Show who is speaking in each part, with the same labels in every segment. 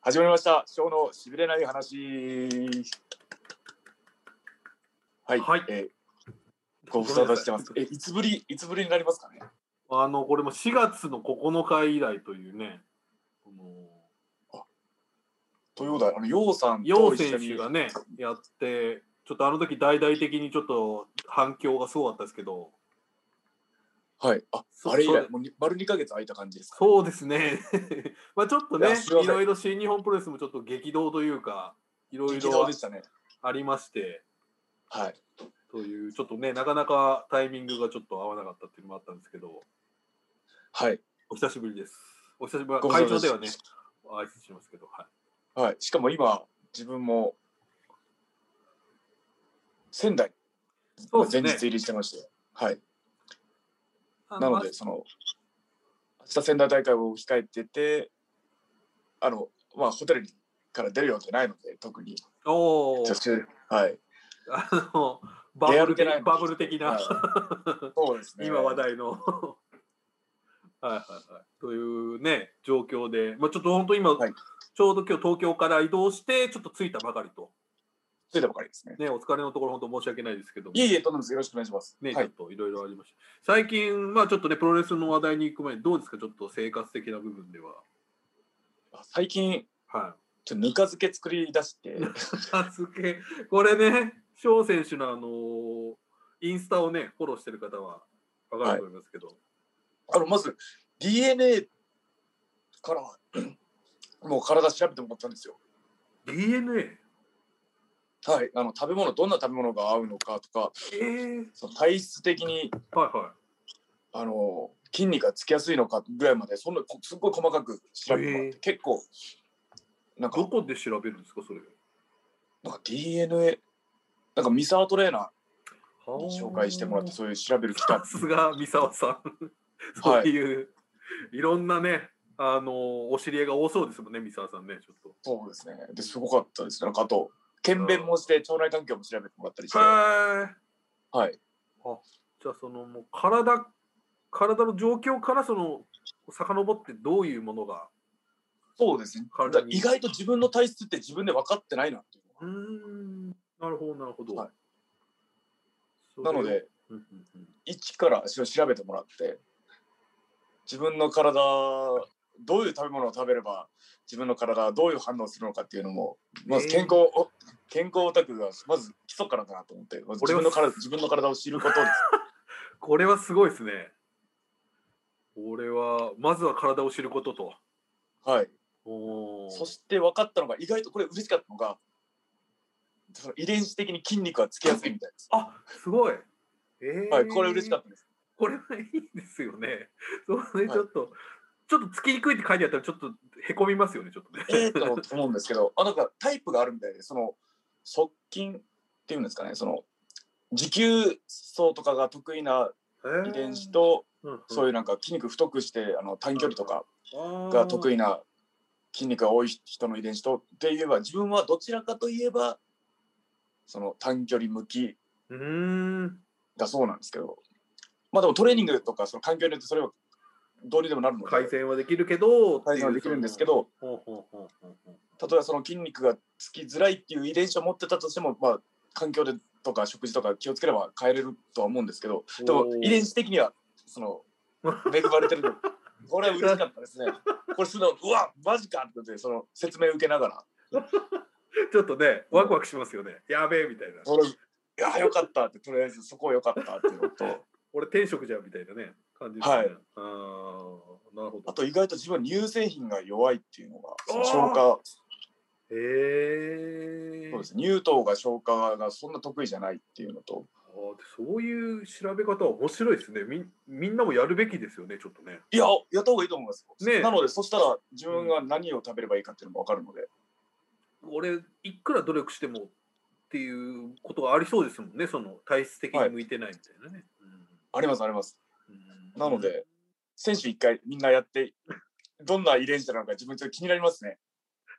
Speaker 1: 始まりました。ショーのしびれない話。はい。
Speaker 2: はい
Speaker 1: えーご無沙汰してます。え、いつぶり、いつぶりになりますかね。
Speaker 2: あの、これも4月の9日以来というね、この、
Speaker 1: ということは、あの、ようさんと
Speaker 2: 楊
Speaker 1: 一緒
Speaker 2: 選
Speaker 1: に。
Speaker 2: 手がね、やって、ちょっとあの時大々的にちょっと反響がすごかったですけど、
Speaker 1: はい。あ、
Speaker 2: そ
Speaker 1: あれ以
Speaker 2: そ
Speaker 1: 来、
Speaker 2: う
Speaker 1: もうに丸二ヶ月空いた感じですか。
Speaker 2: そうですね。 まあちょっと
Speaker 1: い
Speaker 2: ね
Speaker 1: やすいません
Speaker 2: い、ろいろ新日本プロレスもちょっと激動というか、いろい
Speaker 1: 激動
Speaker 2: ろ
Speaker 1: でしたね。
Speaker 2: ありまして、
Speaker 1: はい。
Speaker 2: という、ちょっとね、なかなかタイミングがちょっと合わなかったっていうのもあったんですけど、
Speaker 1: はい。
Speaker 2: お久しぶりです。お久しぶり、
Speaker 1: ご無沙
Speaker 2: 会
Speaker 1: 汰で
Speaker 2: 場
Speaker 1: す
Speaker 2: ではね、挨拶しますけど、はい。
Speaker 1: はい。しかも今、自分も、仙台、
Speaker 2: そうです
Speaker 1: 前
Speaker 2: ね
Speaker 1: 日入りしてまして。はい。
Speaker 2: あ
Speaker 1: なので、その、明日仙台大会を控えてて、あの、まあ、ホテルから出る予定ないので、特に。
Speaker 2: おー
Speaker 1: 途中はい。
Speaker 2: あのバブル
Speaker 1: 出歩けない
Speaker 2: 的
Speaker 1: の
Speaker 2: バブル的な、
Speaker 1: はいそうですね。
Speaker 2: 今話。題のはいはいはいというね状況で、まあ、ちょっと本当今、
Speaker 1: はい
Speaker 2: ちょうど今日東京から移動してちょっと着いたばかりと、
Speaker 1: ついたばかりですね。
Speaker 2: ね、お疲れのところ本当申し訳ないですけども
Speaker 1: いえいえ、とんでもないです。よろしくお願いします。
Speaker 2: ね、
Speaker 1: は
Speaker 2: ち
Speaker 1: い
Speaker 2: ょっ。といろいろありました最近まあちょっとねプロレスの話題に行く前にどうですかちょっと生活的な部分では
Speaker 1: あ最近、
Speaker 2: はい
Speaker 1: ちょっとぬか漬け作り出 して、
Speaker 2: 片付けこれね翔選手のあのインスタをねフォローしてる方は分かると思いますけど、
Speaker 1: あの、まず DNA から、 もう体調べてもらったんですよ。
Speaker 2: DNA
Speaker 1: はい。あの、食べ物、どんな食べ物が合うのかとか、
Speaker 2: えー、
Speaker 1: その体質的に、
Speaker 2: はいはい
Speaker 1: あの、筋肉がつきやすいのかぐらいまで、そんな、こすっごい細かく調べてもらって、結構、なんか
Speaker 2: ど、こで調べるんですか、それ。
Speaker 1: なんか DNA、なんかミサートレーナー、に紹介してもらって、そういう調べる機
Speaker 2: さ
Speaker 1: 関。
Speaker 2: すが三沢さん。 そういう、い、ろんなね、あのお知り合いが多そうですもんね、三沢さんね、ちょっと。
Speaker 1: そうですね。で、すごかったですね。なんかあと、検便もして、腸内環境も調べてもらったりして、は
Speaker 2: へー
Speaker 1: い。
Speaker 2: じゃあ、そのもう体、体の状況からその遡ってどういうものが。
Speaker 1: そうですね。だ
Speaker 2: 体
Speaker 1: から
Speaker 2: に
Speaker 1: 意外と自分の体質って自分で分かってないなっていう
Speaker 2: うーん、なるほど、なるほど。
Speaker 1: はい
Speaker 2: それ
Speaker 1: のは。なの、で、
Speaker 2: うんうんうん
Speaker 1: 一から調べてもらって、自分の体、どういう食べ物を食べれば、自分の体はどういう反応するのかっていうのも、まず健康を、健康オタクがまず基礎からだなと思って、まず自分の体、自分の体を知ることです。
Speaker 2: これはすごいですね。俺は、まずは体を知ることと。
Speaker 1: はい。
Speaker 2: おー
Speaker 1: そして分かったのが、意外とこれ嬉しかったのが、その遺伝子的に筋肉がつきやすいみたいです。
Speaker 2: あすごい。えー
Speaker 1: はい、これ嬉しかったです。
Speaker 2: これはいいですよね。 そうね、
Speaker 1: はい
Speaker 2: ちょっと、ちょっとつきにくいって書いてあったら、ちょっとへこみますよね、ちょっとね。
Speaker 1: ええと思思うんですけど、あなんかタイプがあるみたいで、その側筋っていうんですかね、その持久走とかが得意な遺伝子と、そういうなんか筋肉太くしてあの短距離とかが得意
Speaker 2: な。
Speaker 1: な筋肉が多い人の遺伝子とって言えば、自分はどちらかといえば、その短距離向き
Speaker 2: うーん。
Speaker 1: だそうなんですけど、まあでもトレーニングとかその環境によってそれはどうにでもなるので
Speaker 2: 改善はできるけど、
Speaker 1: 改善はできるんですけ。ど、
Speaker 2: ほうほうほうほうほう
Speaker 1: 例えばその筋肉がつきづらいっていう遺伝子を持ってたとしても、まあ、環境でとか食事とか気をつければ変えれるとは思うんですけど、でも
Speaker 2: おー
Speaker 1: 遺伝子的にはその恵まれてるの。これは嬉しかったですね。これするの、うわマジかってことでその説明受けながら、
Speaker 2: ちょっとね、ワクワクしますよね。やべえみたいな。
Speaker 1: それいや、よかったって、とりあえずそこよかったっていうのと、
Speaker 2: 俺、天職じゃんみたいなね、感じですね。
Speaker 1: はい
Speaker 2: あーなるほ
Speaker 1: あ
Speaker 2: ど。
Speaker 1: と意外と自分は乳製品が弱いっていうのが、その
Speaker 2: あー
Speaker 1: 消化
Speaker 2: えー、
Speaker 1: そうです乳糖が消化がそんな得意じゃないっていうのと
Speaker 2: あーでそういう調べ方は面白いですねみん。みんなもやるべきですよね、ちょっとね。
Speaker 1: いややった方がいいと思いますよ
Speaker 2: ねえ
Speaker 1: なのでそしたら自分が何を食べればいいかっていうのも分かるので、
Speaker 2: 俺、いくら努力してもっていうことがありそうですもんね、その体質的に向いてないみたいなね。
Speaker 1: ありますあります
Speaker 2: うんうん
Speaker 1: なので、選手一回みんなやってどんな遺伝子なのか自分ちょっと気になりますね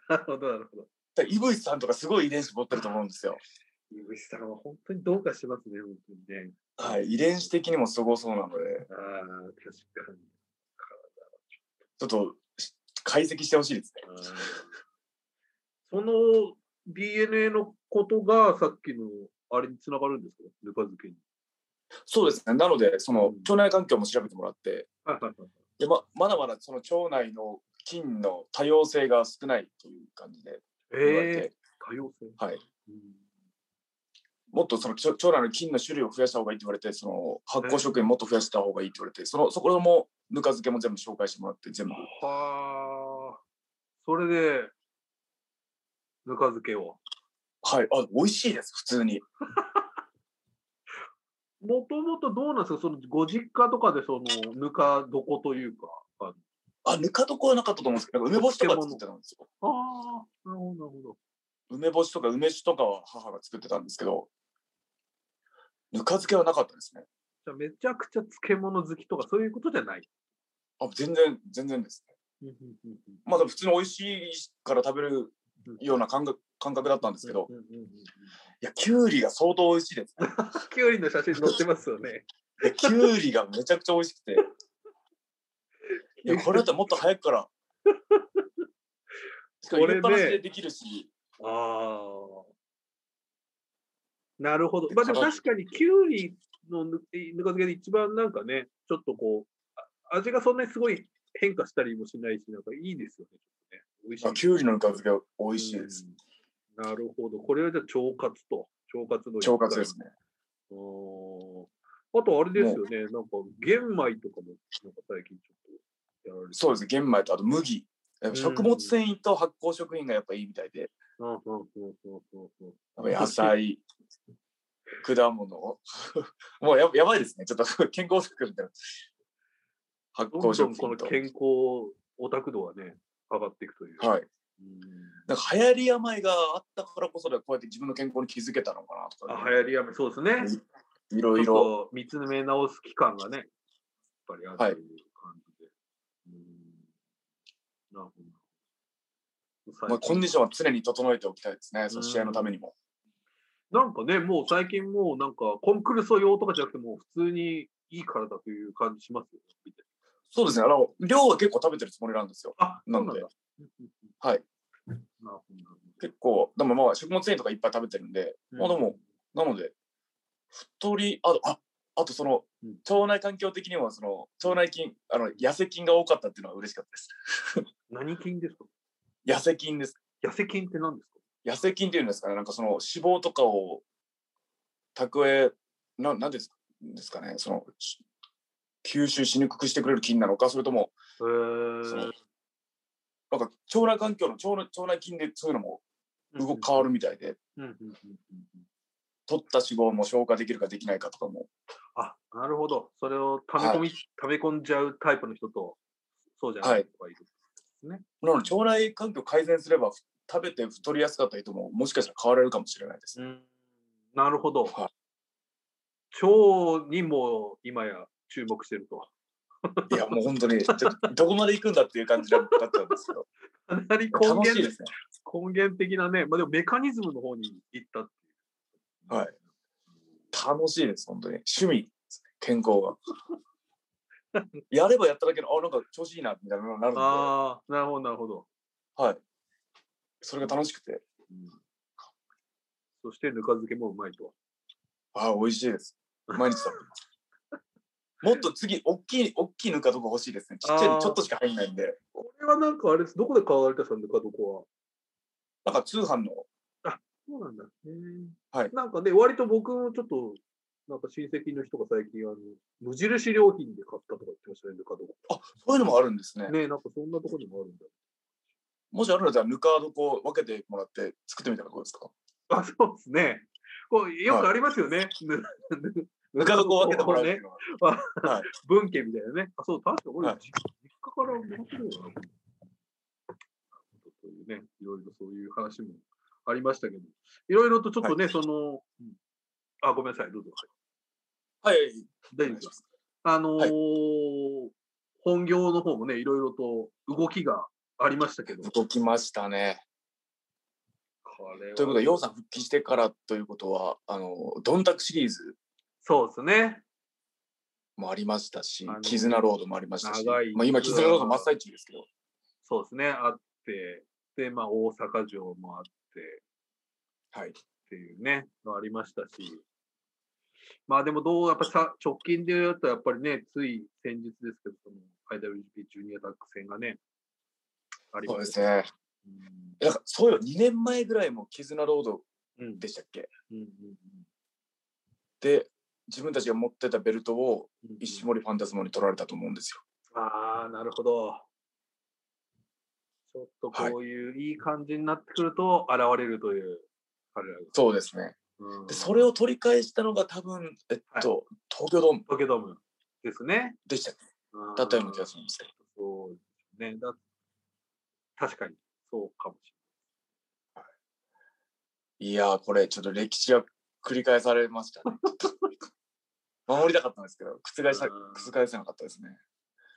Speaker 2: なるほど、なるほど。
Speaker 1: だからイブイスさんとかすごい遺伝子持ってると思うんですよ
Speaker 2: 井口さんは本当にどうかしますね、本当にね。
Speaker 1: はい遺伝子的にもすごそうなので
Speaker 2: ああ、確かに。
Speaker 1: ちょっとし解析してほしいですね
Speaker 2: あーその DNA のことがさっきのあれにつながるんですかぬか漬けに。
Speaker 1: そうですね。なので、その
Speaker 2: うん
Speaker 1: 腸内環境も調べてもらって、
Speaker 2: はいはいはい。
Speaker 1: でままだまだその腸内の菌の多様性が少ないという感じで言われ
Speaker 2: え
Speaker 1: て、
Speaker 2: ー、多様性。
Speaker 1: はい、
Speaker 2: うん
Speaker 1: もっとその腸腸内の菌の種類を増やした方がいいって言われて、その発酵食品もっと増やした方がいいって言われて、そのそこもぬか漬けも全部紹介してもらって、全部
Speaker 2: はあ、それで、ぬか漬けを。
Speaker 1: はい、あ、美味しいです、普通に。
Speaker 2: もともとどうなんですかそのご実家とかでそのぬか床というか。あ
Speaker 1: あ、ぬか床はなかったと思うんですけど、なんか梅干しとか作ってたんですよ。
Speaker 2: あー、なるほど、なるほど。
Speaker 1: 梅干しとか梅酒とかは母が作ってたんですけど、ぬか漬けはなかったですね。
Speaker 2: じゃあめちゃくちゃ漬物好きとかそういうことじゃない。
Speaker 1: あ、全然、全然ですね。
Speaker 2: うんうんうんうん
Speaker 1: まあ、でも普通に美味しいから食べるような感覚感覚だったんですけど、
Speaker 2: うんうんうんうん
Speaker 1: いや、きゅうりが相当美味しいです、ね。
Speaker 2: きゅうりの写真載ってますよね。
Speaker 1: いやきゅうりがめちゃくちゃ美味しく て、いや、これだったらもっと早く から。しかも入れっぱなしでできるし、
Speaker 2: ああ。なるほど
Speaker 1: で。
Speaker 2: まあでも
Speaker 1: 辛い
Speaker 2: 確かにきゅうりのぬぬか漬けで一番なんかね、ちょっとこう、あ味がそんなにすごい変化したりもしないし、なんかいいですよね。美味しい。
Speaker 1: あきゅうりのぬか漬けは美味しいです。
Speaker 2: うん。なるほど。これはじゃあ腸活と。腸活の一環
Speaker 1: 腸活です。ね。
Speaker 2: あーあとあれですよね、なんか玄米とかもなんか最近ちょっとやられて
Speaker 1: そうですね、玄米とあと麦。やっぱ食物繊維と発酵食品がやっぱいいみたいで、
Speaker 2: うんうんうんうんうんうん
Speaker 1: やっぱ野菜、果物。 もうややばいですね、ちょっと健康食みたいな。発
Speaker 2: どん
Speaker 1: 酵
Speaker 2: ど
Speaker 1: 食
Speaker 2: んこの
Speaker 1: 品と。
Speaker 2: 健康オタク度はね、上がっていくという。
Speaker 1: はい。
Speaker 2: うん
Speaker 1: なんか流行り病があったからこそでこうやって自分の健康に気づけたのかなと
Speaker 2: あ
Speaker 1: か、
Speaker 2: 流行りやめ、そうですね。ち
Speaker 1: いろ
Speaker 2: ょ
Speaker 1: い
Speaker 2: っ
Speaker 1: ろ。
Speaker 2: と見つめ直す期間がね、やっぱりあるという感じで。うんなるほど。
Speaker 1: まあ、コンディションは常に整えておきたいですね、その試合のためにも。
Speaker 2: なんかね、もう最近もうなんかコンクルソ用とかじゃなくてもう普通にいい体という感じしますよ、ね。
Speaker 1: そうですね、あの量は結構食べてるつもりなんですよ。
Speaker 2: あ、そうなんだ。
Speaker 1: なの
Speaker 2: うんうんうん
Speaker 1: はい。
Speaker 2: なるほどなるほ
Speaker 1: 結構、でもまあ食物繊維とかいっぱい食べてるんで、
Speaker 2: ど。
Speaker 1: まあでも、なので、太り、あと、ああとその
Speaker 2: うん、
Speaker 1: 腸内環境的にも、その、腸内菌、あの、痩せ菌が多かったっていうのは嬉しかったです。
Speaker 2: 何菌ですか
Speaker 1: 痩せ菌です。
Speaker 2: 痩せ菌って何ですか
Speaker 1: 痩せ菌っていうんですかね、なんかその脂肪とかを蓄え、ななんていうんですですかね、その、し吸収しにくくしてくれる菌なのか、それとも、
Speaker 2: へー
Speaker 1: そのなんか腸内環境の腸内腸内菌でそういうのも動く変わるみたいで、
Speaker 2: うんうんうんうんうん
Speaker 1: 取った脂肪も消化できるかできないかとかも、
Speaker 2: あ、なるほど。それを溜め込み、溜め込んじゃうタイプの人と、そうじゃない人がいる。
Speaker 1: なので腸内環境改善すればふ食べて太りやすかった人ももしかしたら変われるかもしれないです。
Speaker 2: うんなるほど。
Speaker 1: は
Speaker 2: 腸にも今や注目してると。
Speaker 1: いやもう本当にちょっとどこまで行くんだっていう感じだったんですけ ど
Speaker 2: かなり
Speaker 1: 楽
Speaker 2: 根源
Speaker 1: しい
Speaker 2: で
Speaker 1: ですね。
Speaker 2: 根源的なね、まあ、でもメカニズムの方に行ったっていう。
Speaker 1: はい楽しいです本当に趣味健康 がやればやっただけのあなんか調子いいなみたいなのになるんで、は
Speaker 2: ああ、なるほど、なるほど。
Speaker 1: い、それが楽しくて
Speaker 2: うんそしてぬか漬けもうまいと。
Speaker 1: あ美味しいです 毎日食べてますもっと次大きい大きいぬかとか欲しいですねちっちゃい
Speaker 2: あ
Speaker 1: の
Speaker 2: ー
Speaker 1: ちょっとしか入んないんで
Speaker 2: これはなんかあれです。どこで買われたんですか、ぬか床は。
Speaker 1: なんか通販の
Speaker 2: そうなんだ。へえ
Speaker 1: はい
Speaker 2: なんかね、割と僕もちょっと、なんか親戚の人が最近、あの、無印良品で買ったとか言ってましたね、ぬか床。
Speaker 1: あそういうのもあるんですね
Speaker 2: ねなんかそんなとこにもあるんだ。
Speaker 1: もしあるのだったらぬか床を分けてもらって作ってみたらどうですか
Speaker 2: あ、そうですね。こうよくありますよね。ぬ
Speaker 1: ぬか床を分けてもらうってい
Speaker 2: ね
Speaker 1: う。のは
Speaker 2: 文献みたいなね。あ、そう、確か俺、
Speaker 1: はい
Speaker 2: 実実家から持ってるよな。というね、いろいろそういう話もありましたけど、いろいろとちょっとね、その、うんあ、ごめんなさい、どうぞ。
Speaker 1: はい、
Speaker 2: 大丈夫です。あのー
Speaker 1: はい
Speaker 2: 本業の方もね、いろいろと動きがありましたけど、
Speaker 1: 動きましたね
Speaker 2: これは
Speaker 1: ということで、ようさん復帰してからということは、あの、どんたくシリーズ
Speaker 2: そうですね。
Speaker 1: もありましたし
Speaker 2: あの、
Speaker 1: 絆ロードもありましたし、
Speaker 2: 長い
Speaker 1: まあ、今、絆ロード真っ最中ですけど、
Speaker 2: そうですね。あって、で、まあ、大阪城もあって、
Speaker 1: はい。
Speaker 2: っていうね、のありましたし。まあでもどう、やっぱさ直近で言うと、やっぱりね、つい先日ですけど、その IWGP ジュニアタッグ戦がね、あり
Speaker 1: そう
Speaker 2: ま
Speaker 1: で
Speaker 2: し
Speaker 1: す
Speaker 2: た。
Speaker 1: ね。なんかそうよ、2年前ぐらいも絆ロード
Speaker 2: うん。うん
Speaker 1: でしたっけ
Speaker 2: うんうん
Speaker 1: で、自分たちが持ってたベルトを
Speaker 2: うん
Speaker 1: 石森ファンタズモに取られたと思うんですよ。
Speaker 2: ああ、なるほど。ちょっとこういういい感じになってくると、現れるという、彼らが。
Speaker 1: そうですね。
Speaker 2: うん
Speaker 1: で、それを取り返したのが多分、えっと、東京ドーム
Speaker 2: 東京ドームですね。
Speaker 1: でしたっけ
Speaker 2: うん
Speaker 1: だったような気がするんですけど。
Speaker 2: そうですね。だ確かに、そうかもし
Speaker 1: いやー、これちょっと歴史が繰り返されました ね。ちょっと守りたかったんですけど、覆した、
Speaker 2: うん
Speaker 1: 覆せなかったですね。
Speaker 2: れない。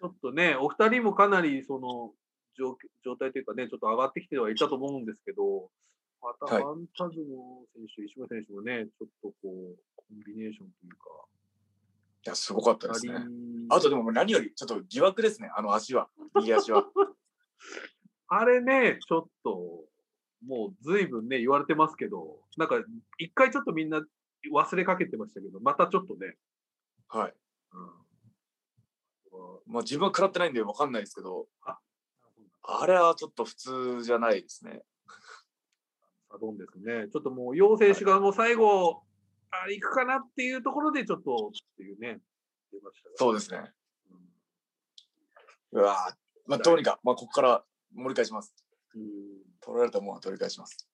Speaker 2: ちょっとね、お二人もかなり、その、状状態というかね、ちょっと上がってきてはいたと思うんですけど、また、
Speaker 1: はい
Speaker 2: ファンタズム選手、石森選手もね、ちょっとこう、コンビネーションというか、
Speaker 1: いや、すごかったですね。あ
Speaker 2: あ
Speaker 1: とでも何よりちょっと疑惑ですね、あの足は、右足 は。
Speaker 2: あれね、ちょっと、もう随分ね、言われてますけど、なんか、一回ちょっとみんな忘れかけてましたけど、またちょっとね、
Speaker 1: はい。
Speaker 2: うん
Speaker 1: まあ自分は食らってないんで分かんないですけど、あれはちょっと普通じゃないですね。
Speaker 2: サドンですね。ちょっともう、楊選手がもう最後、あれ行くかなっていうところで、ちょっとっていうね、出ましたが
Speaker 1: そうですね。
Speaker 2: うん
Speaker 1: うわーまあどうにか、まあここから盛り返します。
Speaker 2: うん
Speaker 1: 取られたものは取り返します。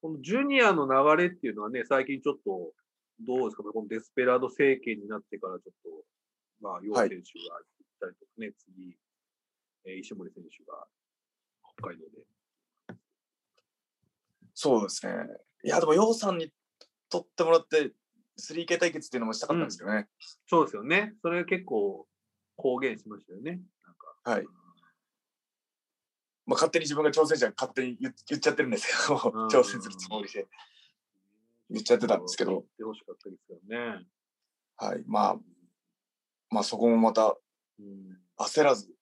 Speaker 2: このジュニアの流れっていうのはね、最近ちょっと、どうですかね、このデスペラード政権になってから、ちょっと、まあ、楊選手が行ったりとかね、次、えー石森選手が北海道で。
Speaker 1: そうですね。いや、でも、洋さんに取ってもらって、3K 対決っていうのもしたかったんですけどね。
Speaker 2: そうですよね。それ結構、公言しましたよね。なんか
Speaker 1: はい。まあ、勝手に自分が挑戦者に勝手に言っ言っちゃってるんですけど、
Speaker 2: う ん
Speaker 1: 挑戦するつもりで言っちゃってたんですけど、
Speaker 2: 言ってほしかったですよね。
Speaker 1: はい。まあ、まあ、そこもまた
Speaker 2: うん
Speaker 1: 焦らず、ちょ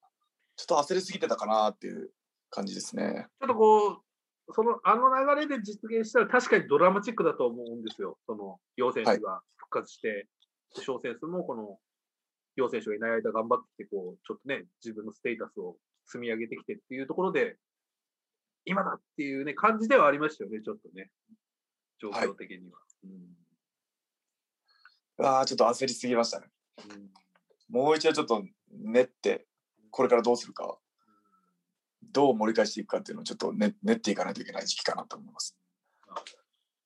Speaker 1: っと焦りすぎてたかなっていう感じですね。
Speaker 2: ちょっとこう、その、あの流れで実現したら確かにドラマチックだと思うんですよ。その、陽選手が復活して、小選手もこの、陽選手がいない間頑張ってきて、こう、ちょっとね、自分のステータスを積み上げてきてっていうところで、今だっていうね、感じではありましたよね、ちょっとね。状況的には。
Speaker 1: ああ、ちょっと焦りすぎましたね。
Speaker 2: うんうん
Speaker 1: もう一度ちょっと練って、これからどうするか、どう盛り返していくかっていうのをちょっと練練っていかないといけない時期かなと思います。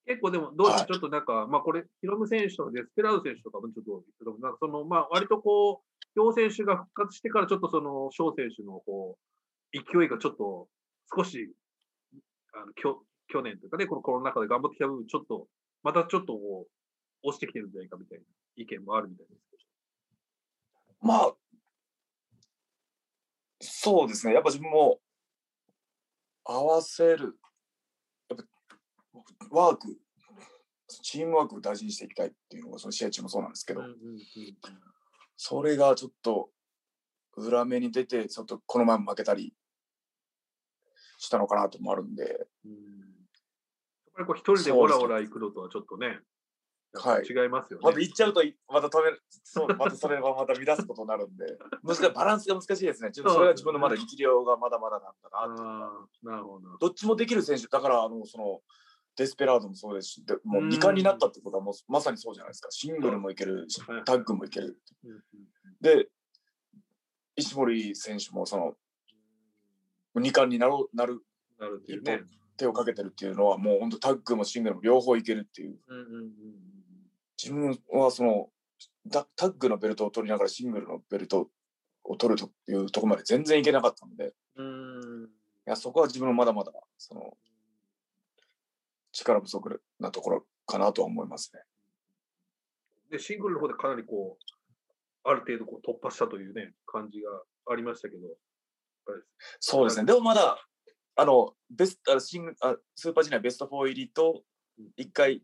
Speaker 2: 結構でも、どうです
Speaker 1: は
Speaker 2: か
Speaker 1: い
Speaker 2: ちょっとなんか、まあこれ、ヒロム選手とかデスペラード選手とかもちょっと、ヒロムなんかその、まあ割とこう、両選手が復活してから、ちょっとその、翔選手のこう、勢いがちょっと、少し、あの、きょ去年というかね、このコロナ禍で頑張ってきた部分、ちょっと、またちょっとこう、落ちてきてるんじゃないかみたいな意見もあるみたいですけ
Speaker 1: まあ、そうですね。やっぱ自分も合わせる、やっぱワーク、チームワークを大事にしていきたいっていうのが、その試合中もそうなんですけ
Speaker 2: ど。
Speaker 1: ど、
Speaker 2: うんうんうん
Speaker 1: それがちょっと裏目に出て、ちょっとこの前も負けたりしたのかなともあるんで、
Speaker 2: うん。やっぱりこう、一人でオラオラ行くのとはちょっとね、
Speaker 1: はい
Speaker 2: 違いますよね。
Speaker 1: また行っちゃうと、また止める、そうまたそれはまた乱すことになるんで、難しいバランスが難しいですね。ちょっとそれは自分のまだ力量がまだまだなんだな
Speaker 2: あ
Speaker 1: と
Speaker 2: あー、なるほどなるほ
Speaker 1: ど
Speaker 2: ど。
Speaker 1: っちもできる選手、だから、あの、その、デスペラードもそうですし、でもう
Speaker 2: うん
Speaker 1: 2冠になったってことはもう、まさにそうじゃないですか。シングルもいけるし
Speaker 2: はい、
Speaker 1: タッグもいける。
Speaker 2: うんうん
Speaker 1: で、石森選手も、その、2冠になろうなる
Speaker 2: なるっていうね。
Speaker 1: 手をかけてるっていうのは、もう本当タッグもシングルも両方いけるっていう。
Speaker 2: うんうんうん
Speaker 1: 自分は、その、タタッグのベルトを取りながらシングルのベルトを取るというところまで全然いけなかったので、い
Speaker 2: うん。うーん。
Speaker 1: や、そこは自分のまだまだ、その、力不足なところかなとは思いますね。
Speaker 2: で、シングルの方でかなりこう、ある程度こう突破したというね、感じがありましたけど。やっぱり
Speaker 1: そうですね。でもまだ、あの、ベスト、あシングあスーパージュニアベスト4入りと
Speaker 2: うん、
Speaker 1: 1回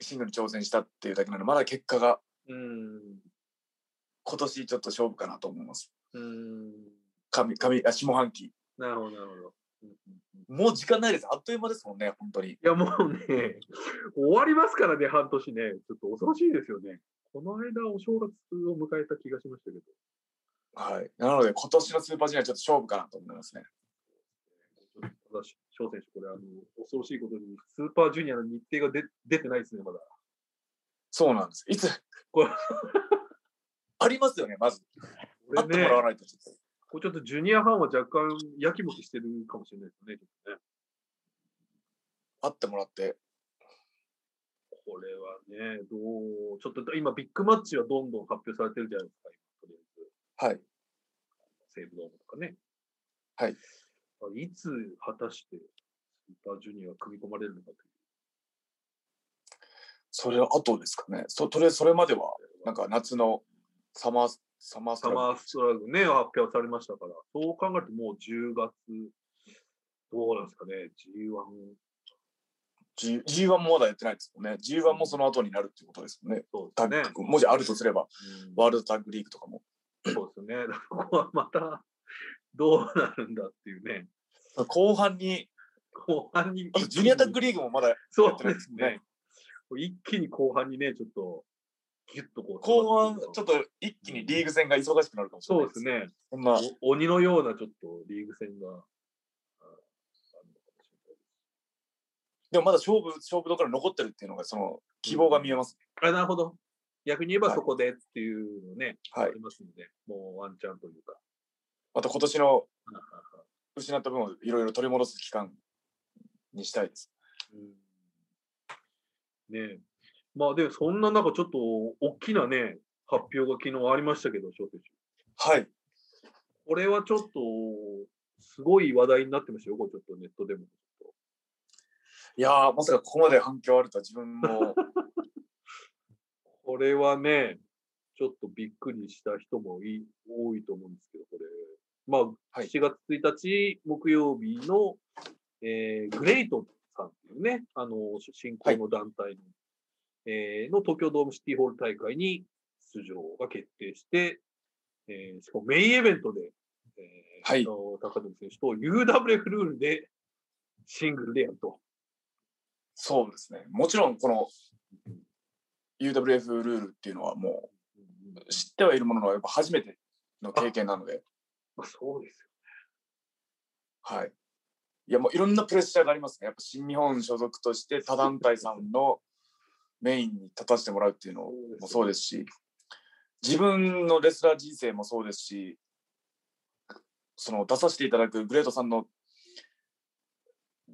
Speaker 1: シングルに挑戦したっていうだけなので、まだ結果が
Speaker 2: うーん。
Speaker 1: 今年ちょっと勝負かなと思います。
Speaker 2: うーん。
Speaker 1: 上、上、あ下半期
Speaker 2: なるほど、なるほど。うんうんうん
Speaker 1: もう時間ないです。あっという間ですもんね、本当に。
Speaker 2: いや、もうね、終わりますからね、半年ね。ちょっと恐ろしいですよね。この間、お正月を迎えた気がしましたけど。
Speaker 1: はい。なので、今年のスーパージュニアちょっと勝負かなと思いますね。
Speaker 2: ちょっとただし翔選手、これ、あの、恐ろしいことに、スーパージュニアの日程が出出てないですね、まだ。
Speaker 1: そうなんです。いつ
Speaker 2: これ
Speaker 1: ありますよね、まず。
Speaker 2: こ
Speaker 1: あ
Speaker 2: れ
Speaker 1: って
Speaker 2: ね
Speaker 1: もら、わないとちょっと。
Speaker 2: これちょっとジュニアファンは若干、やきもきしてるかもしれないですね、ちょっとね。
Speaker 1: あってもらって。
Speaker 2: これはね、どう、ちょっと今、ビッグマッチはどんどん発表されてるじゃないですか、今とりあえず。
Speaker 1: はい。
Speaker 2: 西武ドームとかね。
Speaker 1: はい。
Speaker 2: いつ果たしてスーパージュニアが組み込まれるのかという。
Speaker 1: それは後ですかね。そとりあえずそれまでは、なんか夏のサマー、サマース
Speaker 2: サ
Speaker 1: トラ
Speaker 2: マーストライクね、発表されましたから、そう考えるともう10月、どうなんですかね、G1、
Speaker 1: イク G- G1 もまだやってないですもんね。G1 もその後になるっていうことですもんね。
Speaker 2: そ
Speaker 1: タ
Speaker 2: うで
Speaker 1: ッ
Speaker 2: すね。
Speaker 1: グ、もしあるとすれば、
Speaker 2: うん
Speaker 1: ワールドタッグリーグとかも。
Speaker 2: そうですね。 だからここはまた、どうなるんだっていうね。
Speaker 1: 後半に、
Speaker 2: 後半に
Speaker 1: あとジュニアタッグ
Speaker 2: リ
Speaker 1: リーグもまだ、
Speaker 2: そう
Speaker 1: やってない
Speaker 2: で
Speaker 1: ですすね
Speaker 2: ね。一気に後半にね、ちょっと、ぎゅっとこう。
Speaker 1: 後半、ちょ
Speaker 2: っと。
Speaker 1: っと一気にリーグ戦が忙しくなるかもしれな
Speaker 2: そ
Speaker 1: いう
Speaker 2: です。ね。
Speaker 1: そんな、
Speaker 2: お鬼のようなちょっとリーグ戦が。ああるのかもしれ
Speaker 1: でもまだ勝負、勝負どころ残ってるっていうのが、その、希望が見えます。
Speaker 2: ないあなるほど。逆に言えば
Speaker 1: はい
Speaker 2: そこでっていうのね、
Speaker 1: はい
Speaker 2: ありますんで、もうワンチャンというか。
Speaker 1: また今年の
Speaker 2: うんうん
Speaker 1: 失った分をいろいろ取り戻す期間にしたいです。
Speaker 2: うんねえ。まあでもそんな中ちょっと大きなね、発表が昨日ありましたけど、翔選手。
Speaker 1: はい。
Speaker 2: これはちょっと、すごい話題になってましたよ、これちょっとネットでも。
Speaker 1: いやー、まさかここまで反響あるとは自分 も、
Speaker 2: これはね、ちょっとびっくりした人もい多いと思うんですけど、これ。まあ、
Speaker 1: はい
Speaker 2: 7月1日木曜日の、えーグレイトさんっていうね、あの、新興の団体の、えーの東京ドームシティホール大会に出場が決定して、えーしかもメインイベントで、えー
Speaker 1: はい
Speaker 2: あの高野選手と UWF ルールでシングルでやると。
Speaker 1: そうですね。もちろん、この UWF ルールっていうのはもう知ってはいるものの、やっぱ初めての経験なので、
Speaker 2: まあ、そうですよ。
Speaker 1: はい。いや、もういろんなプレッシャーがありますね。やっぱ新日本所属として、他団体さんのメインに立たせてもらうっていうのもそうですし、自分のレスラー人生もそうですし、その出させていただくグレートさんの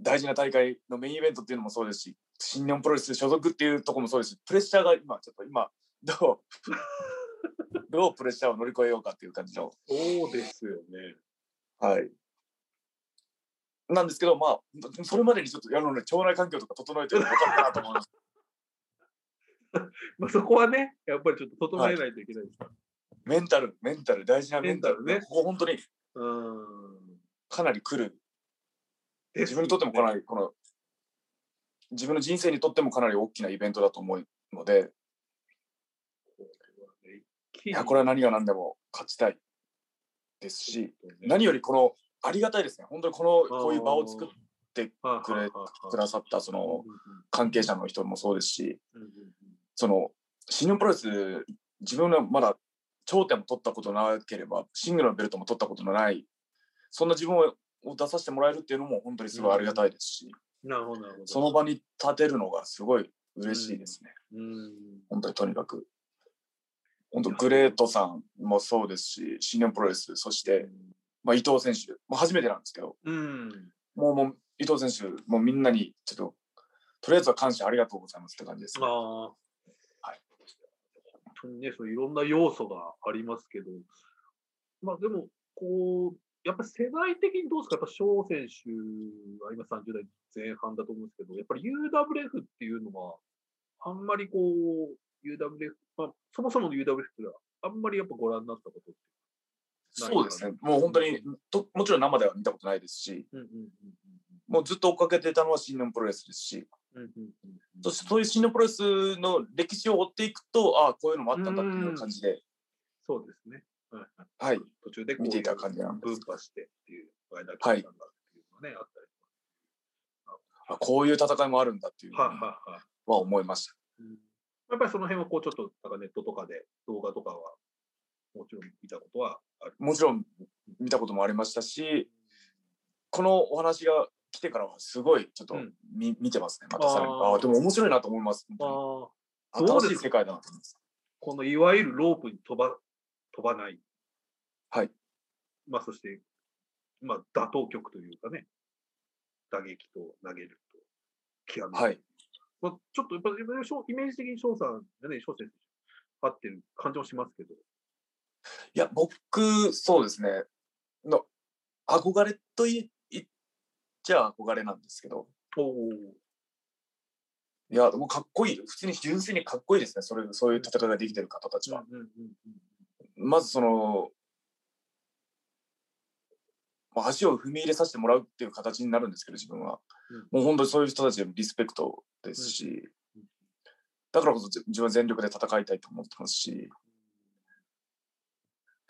Speaker 1: 大事な大会のメインイベントっていうのもそうですし、新日本プロレス所属っていうところもそうですし、プレッシャーが今、ちょっと今、どう、 どうプレッシャーを乗り越えようかっていう感じの
Speaker 2: そうですよね。
Speaker 1: はい。なんですけど、まあ、それまでにちょっとやるので、腸内環境とか整えてるのかったなと思います。
Speaker 2: まあ、そこはね、やっぱりちょっと整えないといけないですから。
Speaker 1: メンタル、メンタル、大事なメンタル
Speaker 2: メンタルね
Speaker 1: ここ本当に
Speaker 2: うん。
Speaker 1: かなり来る。
Speaker 2: です
Speaker 1: 自分にとってもかなり、この、自分の人生にとってもかなり大きなイベントだと思うので、い
Speaker 2: い
Speaker 1: や、これは何が何でも勝ちたいですし、何よりこの、ありがたいですね。本当にこの、こういう場を作ってくれくださった、その、関係者の人もそうですし、その新日本プロレス自分はまだ頂点も取ったことなければシングルのベルトも取ったことのないそんな自分を出させてもらえるっていうのも本当にすごいありがたいですし、
Speaker 2: なるほど、なるほど。
Speaker 1: その場に立てるのがすごい嬉しいですね、
Speaker 2: うん、
Speaker 1: 本当にとにかく本当グレートさんもそうですし新日本プロレスそして、まあ、伊藤選手、まあ、初めてなんですけど
Speaker 2: うん。
Speaker 1: もうもう伊藤選手もうみんなにちょっととりあえずは感謝ありがとうございますって感じです、
Speaker 2: まあ、はい。本当にね、そういろんな要素がありますけど、まあでも、こう、やっぱ世代的にどうですか、やっぱ翔選手は今30代前半だと思うんですけど、やっぱり UWF っていうのは、あんまりこう、UWF、まあ、そもそもの UWF っていうのは、あんまりやっぱご覧になったことって。
Speaker 1: そうですねもう本当にともちろん生では見たことないですし
Speaker 2: うんうん
Speaker 1: もうずっと追っかけてたのは新日本プロレスですし、
Speaker 2: うんうん。うんうんうんうん
Speaker 1: そしてそういう新日本プロレスの歴史を追っていくと、ああ、こういうのもあったんだっていう感じで、
Speaker 2: そうですね。はいはい
Speaker 1: はい、
Speaker 2: 途中でこう
Speaker 1: 見ていた感じなんで
Speaker 2: 分
Speaker 1: す。
Speaker 2: 派してっていう。これだけなんだっていうのね、あったり
Speaker 1: あこういう戦いもあるんだっていう
Speaker 2: と
Speaker 1: の
Speaker 2: か。はい
Speaker 1: は
Speaker 2: はいはい。
Speaker 1: 思いました。
Speaker 2: うんやっぱりその辺はこうちょっとなんかネットとかで動画とかはもちろん見たことはある。
Speaker 1: もちろん見たこともありましたし、このお話が来てからはすごいちょっと
Speaker 2: うん
Speaker 1: 見,、見てますね。またさらに。
Speaker 2: あー
Speaker 1: ああー、でも面白いなと思います。
Speaker 2: あ
Speaker 1: 本
Speaker 2: ー
Speaker 1: 当に
Speaker 2: どうです
Speaker 1: 新しい世界だなと思います。
Speaker 2: このいわゆるロープに飛ば飛ばない、
Speaker 1: はい。
Speaker 2: まあ、そして、まあ、打倒曲というかね、打撃と投げると、極める
Speaker 1: はい。
Speaker 2: まあ、ちょっとやっぱりイメージ的に翔さんがね、翔選手、合ってる感じもしますけど、
Speaker 1: いや、僕、そうですね。の憧れとい言っちゃ憧れなんですけど、
Speaker 2: おお、
Speaker 1: いや、もうかっこいい。普通に純粋にかっこいいですね。それそういう戦いができてる方たちは。
Speaker 2: うんうんうんうん
Speaker 1: まずその、まあ足を踏み入れさせてもらうっていう形になるんですけど、自分は。もう本当にそういう人たちへのリスペクトですし
Speaker 2: うんうん、
Speaker 1: だからこそ自分は全力で戦いたいと思ってますし、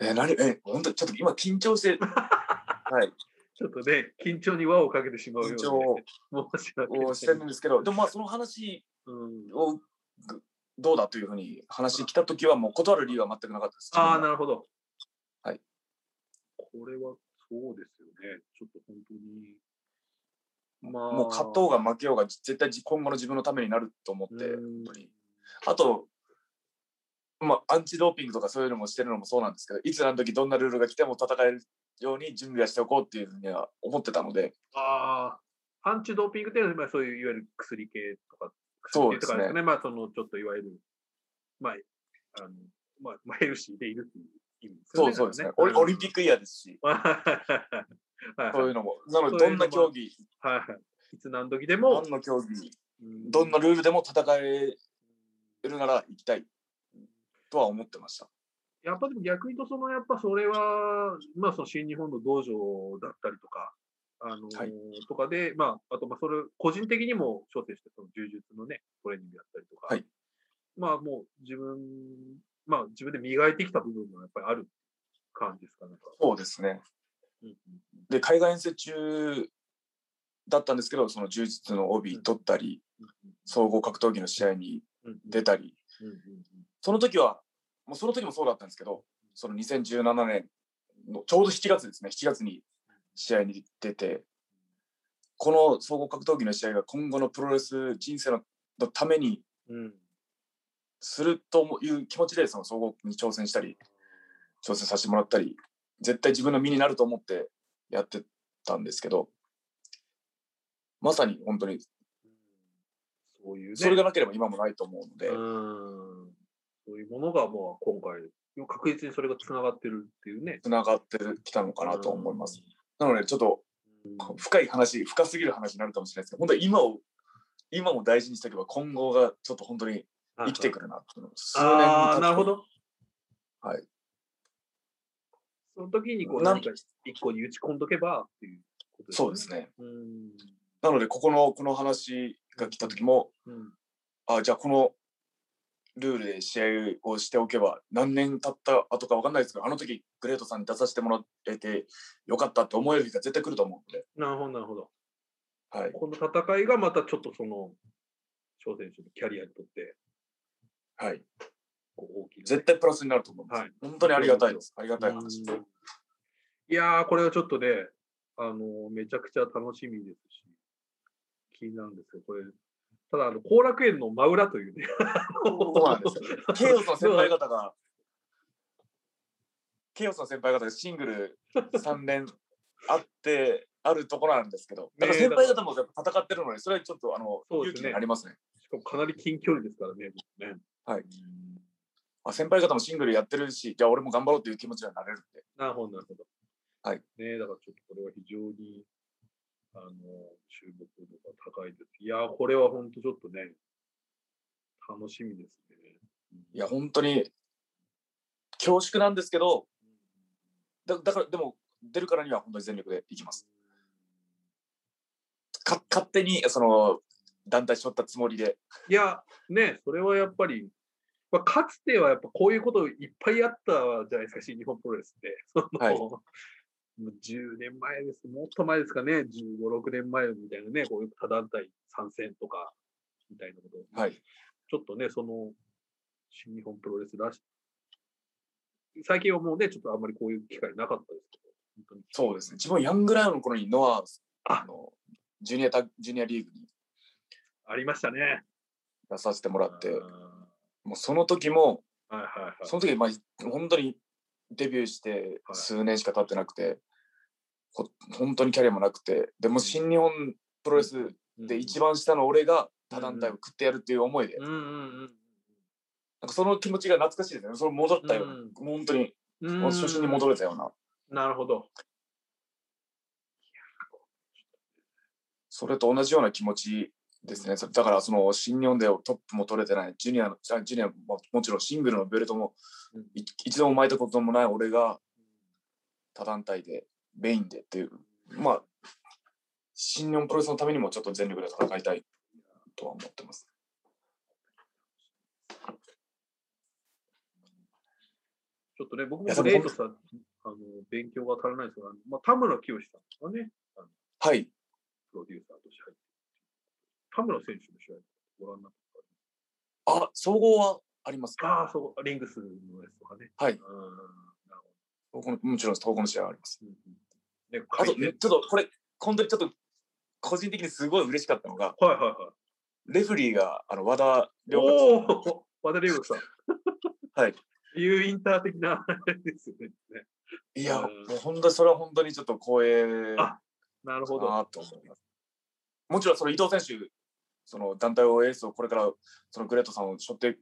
Speaker 1: え、何、え、本当にちょっと今緊張 して、はい、
Speaker 2: ちょっとね、緊張に輪をかけてしまうよう
Speaker 1: 緊
Speaker 2: な
Speaker 1: 張を
Speaker 2: ね、申し訳ない
Speaker 1: をしてるんですけど、でもまあその話
Speaker 2: うん
Speaker 1: をぐどうだというふうに話来た時はもう断る理由は全くなかったです。
Speaker 2: ああ、なるほど。
Speaker 1: はい。
Speaker 2: これはそうですよね。ちょっと本当に。ま
Speaker 1: もう勝とうが負けようが絶対じ今後の自分のためになると思って、
Speaker 2: うん
Speaker 1: 当にあと、まあ、アンチドーピングとかそういうのもしてるのもそうなんですけど、いつ何時どんなルールが来ても戦えるように準備はしておこうっていうふうには思ってたので、
Speaker 2: ああ、アンチドーピングっていうのは、まあ、そういういわゆる薬系とか、
Speaker 1: そう
Speaker 2: 薬系とかですね。まあ、その、ちょっといわゆる、まあ、あの、まあ、まあ、ヘルシーでいるっていう意味ですよ
Speaker 1: そう
Speaker 2: ね。
Speaker 1: そうですね、オリオリンピ
Speaker 2: ッ
Speaker 1: ックイヤーですし、
Speaker 2: ク。はい
Speaker 1: そう
Speaker 2: はい
Speaker 1: いうのも、なので、
Speaker 2: そう
Speaker 1: ど
Speaker 2: いうんのも
Speaker 1: な競技、
Speaker 2: はい。いつ何時でも、
Speaker 1: 何の競技、
Speaker 2: うん
Speaker 1: どんなルールでも戦えるなら行きたいとは思ってました。
Speaker 2: やっぱでも逆に言うと、そのやっぱそれは、まあ、その新日本の道場だったりとか、あのー
Speaker 1: はい
Speaker 2: とかで、まあ、あと、まあ、それ、個人的にも焦点して、その柔術のね、トレーニングやったりとか、
Speaker 1: はい
Speaker 2: まあ、もう自分、まあ、自分で磨いてきた部分がやっぱりある感じですかね。
Speaker 1: そうですね。
Speaker 2: うんうん
Speaker 1: で、海外遠征中だったんですけど、その柔術の帯取ったり、総合格闘技の試合に
Speaker 2: うんうん
Speaker 1: 出たり、
Speaker 2: うんうんうん
Speaker 1: その時は、もうその時もそうだったんですけど、その2017年のちょうど7月ですね、7月に試合に出て、この総合格闘技の試合が今後のプロレス人生ののために
Speaker 2: うん
Speaker 1: するという気持ちで、その総合に挑戦したり、挑戦させてもらったり、絶対自分の身になると思ってやってたんですけど、まさに本当に、
Speaker 2: そういうね。
Speaker 1: それがなければ今もないと思うので、
Speaker 2: うんそういうものが、もう今回、確実にそれがつながってるっていうね。
Speaker 1: つながってきたのかなと思います。なので、ちょっと
Speaker 2: うん。
Speaker 1: こう深い話、深すぎる話になるかもしれないですけど、本当に今を、今も大事にしておけば、今後がちょっと本当に生きてくるなっていうの数年
Speaker 2: あ
Speaker 1: 経
Speaker 2: あ、
Speaker 1: つ
Speaker 2: なるほ。ど。
Speaker 1: はい。
Speaker 2: その時にこう、
Speaker 1: な
Speaker 2: 何か一個に打ち込んどけばっていうこと
Speaker 1: そうです。ね。
Speaker 2: うん。
Speaker 1: なので、ここの、この話が来た時も、
Speaker 2: うん。
Speaker 1: あじゃあこのルールで試合をしておけば、何年経った後か分かんないですけど、あの時、グレートさんに出させてもらえてよかったって思える日が絶対来ると思うので、
Speaker 2: なるほど、なるほど。
Speaker 1: はい。
Speaker 2: この戦いがまたちょっとその、翔選手のキャリアにとって、
Speaker 1: はい。
Speaker 2: こう、大きなね。
Speaker 1: 絶対プラスになると思います。
Speaker 2: はい
Speaker 1: 本当にありがたいです。ありがたい話です
Speaker 2: うんいやー、これはちょっとね、あのめちゃくちゃ楽しみですし、気になるんですけど、これ、ただ、あの、後楽園の真裏というね。
Speaker 1: そうなんですよね。ケイオスの先輩方が、ケイオスの先輩方がシングル3連あって、あるところなんですけど、だから先輩方もやっぱ戦ってるので、それはちょっとあの、
Speaker 2: そうで
Speaker 1: 勇
Speaker 2: す
Speaker 1: 気
Speaker 2: ね
Speaker 1: になりますね。
Speaker 2: しかもかなり近距離ですからね、僕ね。
Speaker 1: はい
Speaker 2: うん。
Speaker 1: あ先輩方もシングルやってるし、じゃあ俺も頑張ろうという気持ちにはなれるんで、
Speaker 2: なるほど、なるほど。
Speaker 1: はい。
Speaker 2: ねえだからちょっとこれは非常に、あの、注目度が高いです。いやー、これは本当ちょっとね、楽しみですね。
Speaker 1: いや、本当に恐縮なんですけど、だだから、でも、出るからには本当に全力でいきます。か勝手に、その、団体しとったつもりで、
Speaker 2: いや、ね、それはやっぱり、まあ、かつ てはやっぱこういうことをいっぱいあったじゃないですか、新日本プロレスって。その
Speaker 1: はい
Speaker 2: もう10年前です。もっと前ですかね。15、6年前みたいなね、こういう他団体参戦とか、みたいなこと。
Speaker 1: はい。
Speaker 2: ちょっとね、その、新日本プロレスらし、最近はもうね、ちょっとあんまりこういう機会なかったですけど、本当に。
Speaker 1: そうですね。自分、ヤングライオンの頃にノア、
Speaker 2: あ
Speaker 1: あの、ジュニアタ、ジュニアリーグに
Speaker 2: ありましたね。
Speaker 1: 出させてもらって
Speaker 2: あー、
Speaker 1: もうその時も、
Speaker 2: はいはいはい。
Speaker 1: その時、まあ、本当にデビューして
Speaker 2: はい
Speaker 1: 数年しか経ってなくて、こ本当にキャリアもなくて、でも新日本プロレスで一
Speaker 2: 番、
Speaker 1: 番下の俺が他団体を食ってやるっていう思いで、
Speaker 2: うんうん
Speaker 1: なんかその気持ちが懐かしいですね。それ戻ったような、
Speaker 2: うん
Speaker 1: もう本当に、
Speaker 2: うんうん。
Speaker 1: もう初心に戻れたような、
Speaker 2: なるほど。
Speaker 1: それと同じような気持ちですね。そだから、その新日本でトップも取れてない、ジュニアの、あジュニアももちろんシングルのベルトも
Speaker 2: うん
Speaker 1: い一度も巻いたこともない俺が他団体で、メインでっていう、まあ、新日本プロレスのためにもちょっと全力で戦いたいとは思ってます。
Speaker 2: ちょっとね、僕
Speaker 1: い
Speaker 2: も
Speaker 1: やでも
Speaker 2: レイトさん、あの勉強が足らないですが、まあ、田村清さんがね、
Speaker 1: はい。
Speaker 2: プロデューサーとして入って田村選手の試合、ご覧になっ
Speaker 1: あ、総合はあります
Speaker 2: た。
Speaker 1: か
Speaker 2: ああ、そう、リングスのやつとかね。
Speaker 1: はい
Speaker 2: うんなるほ
Speaker 1: ここのもちろん投稿の試合はあります。
Speaker 2: どうんうんね、
Speaker 1: あと、
Speaker 2: 回転
Speaker 1: ちょっとこれ、本当にちょっと、個人的にすごい嬉しかったのが、
Speaker 2: はいはいはい。
Speaker 1: レフェリーが、あの、和田良
Speaker 2: お
Speaker 1: 和さん
Speaker 2: お和田龍吾さん。
Speaker 1: はい。
Speaker 2: いうインター的なあれですよね。
Speaker 1: いや、も
Speaker 2: うん
Speaker 1: う本当にそれは本当にちょっと光栄だ
Speaker 2: あなるほど。
Speaker 1: なと思います。もちろんその伊藤選手、その団体をエースをこれからそのグレートさんを背負って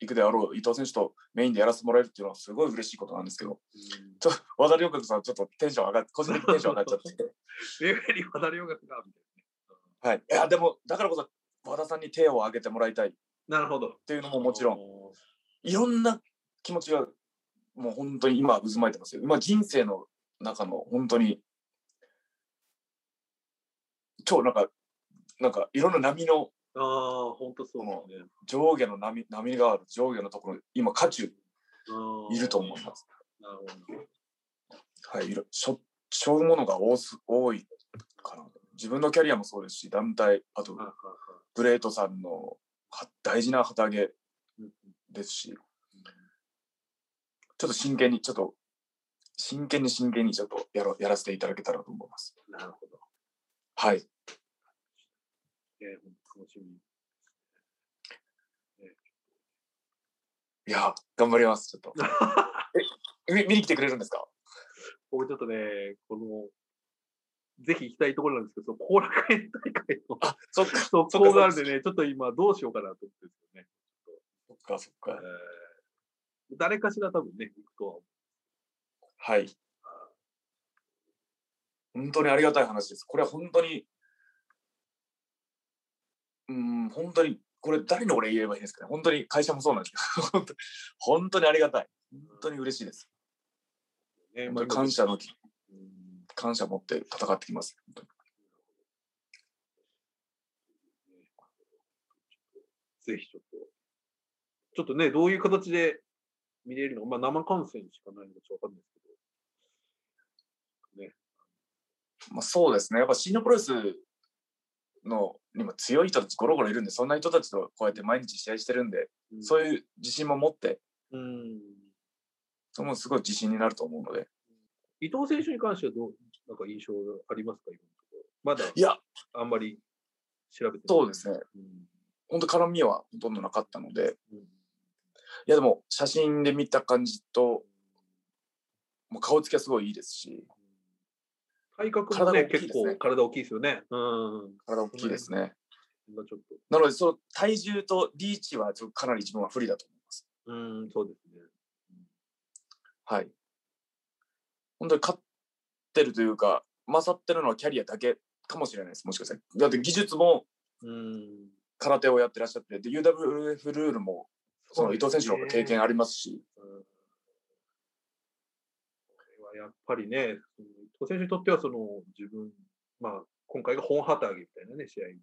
Speaker 1: いくであろう伊藤選手とメインでやらせてもらえるっていうのはすごい嬉しいことなんですけど、
Speaker 2: うん
Speaker 1: ちょ和田良和さんちょっとテンション上がって、個人的にテンション上がっちゃって。
Speaker 2: レフェリー和田龍吾が、みた
Speaker 1: は
Speaker 2: い
Speaker 1: い。いや、でもだからこそ和田さんに手を挙げてもらいたいっ
Speaker 2: な。なるほど。
Speaker 1: ていうのももちろん、
Speaker 2: ん。
Speaker 1: いろんな気持ちがもう本当に今渦巻いてますよ。今人生の中の本当に超なんかなんかいろんな波の
Speaker 2: ああ、本当そうですね。
Speaker 1: 上下の波波がある上下のところに今渦中
Speaker 2: うん
Speaker 1: いると思います。
Speaker 2: なるほど。
Speaker 1: はい、いろしょしょうものが多す多いかな。自分のキャリアもそうですし団体あと
Speaker 2: はいはいは
Speaker 1: ブレートさんのは大事な旗揚げ
Speaker 2: いうん
Speaker 1: ですしちょっと真剣にちょっと真剣に真剣にちょっとやろやらせていただけたらと思います。
Speaker 2: なるほど。
Speaker 1: はい。
Speaker 2: えー、本当楽しみ。
Speaker 1: いや、頑張ります、ちょっ と。え見見に来てくれるんですか
Speaker 2: 僕ちょっとね、この、ぜひ行きたいところなんですけど、その後楽園大会の
Speaker 1: あ、そっか、そ
Speaker 2: 速攻があるんでね、ちょっと今どうしようかなと思ってるんですよね。
Speaker 1: っか、そっか。
Speaker 2: えー誰かしら多分ね、行くとは思う
Speaker 1: はい。本当にありがたい話です。これは本当に、うーん、本当に、これ誰に俺言えばいいんですかね。本当に会社もそうなんですけど、本当に本当にありがたい。本当に嬉しいです。
Speaker 2: ね。
Speaker 1: 本当に感謝の気、
Speaker 2: うん
Speaker 1: 感謝持って戦ってきます。本当に
Speaker 2: ぜひちょっと、ちょっとね、どういう形で見れるのか、まあ、生観戦しかないのかちょっとわかんないです
Speaker 1: まあ、そうですね、やっぱ新日本プロレスのにも強い人たちゴロゴロいるんで、そんな人たちとこうやって毎日試合してるんで、
Speaker 2: けど。
Speaker 1: そうういう自信も持って、
Speaker 2: んうん
Speaker 1: それもすごい自信になると思うので。
Speaker 2: 伊藤選手に関してはどう、なんか印象ありますか、今のところ。まだ
Speaker 1: いや、
Speaker 2: あんまり調べてない。
Speaker 1: そうですね、
Speaker 2: うん
Speaker 1: 本当絡みはほとんどなかったので、
Speaker 2: うん
Speaker 1: いや、でも写真で見た感じと、もう顔つきはすごいいいですし、
Speaker 2: 体格も
Speaker 1: 体
Speaker 2: ね、
Speaker 1: 大きいです
Speaker 2: 結
Speaker 1: ね
Speaker 2: 構体大きいですよね。うん。
Speaker 1: 体大きいですね。
Speaker 2: まあちょっと。
Speaker 1: なので、その体重とリーチはちょっとかなり自分は不利だと思います。
Speaker 2: うん、そうですね。
Speaker 1: はい。本当に勝ってるというか、勝ってるのはキャリアだけかもしれないです、もしかしたら。だって技術も
Speaker 2: うん。
Speaker 1: 空手をやってらっしゃって、で UWF ルールもその伊藤選手の方が経験ありますし、
Speaker 2: うんこれはやっぱりね、その伊藤選手にとってはその自分、まあ、今回が本旗揚げみたいなね、試合に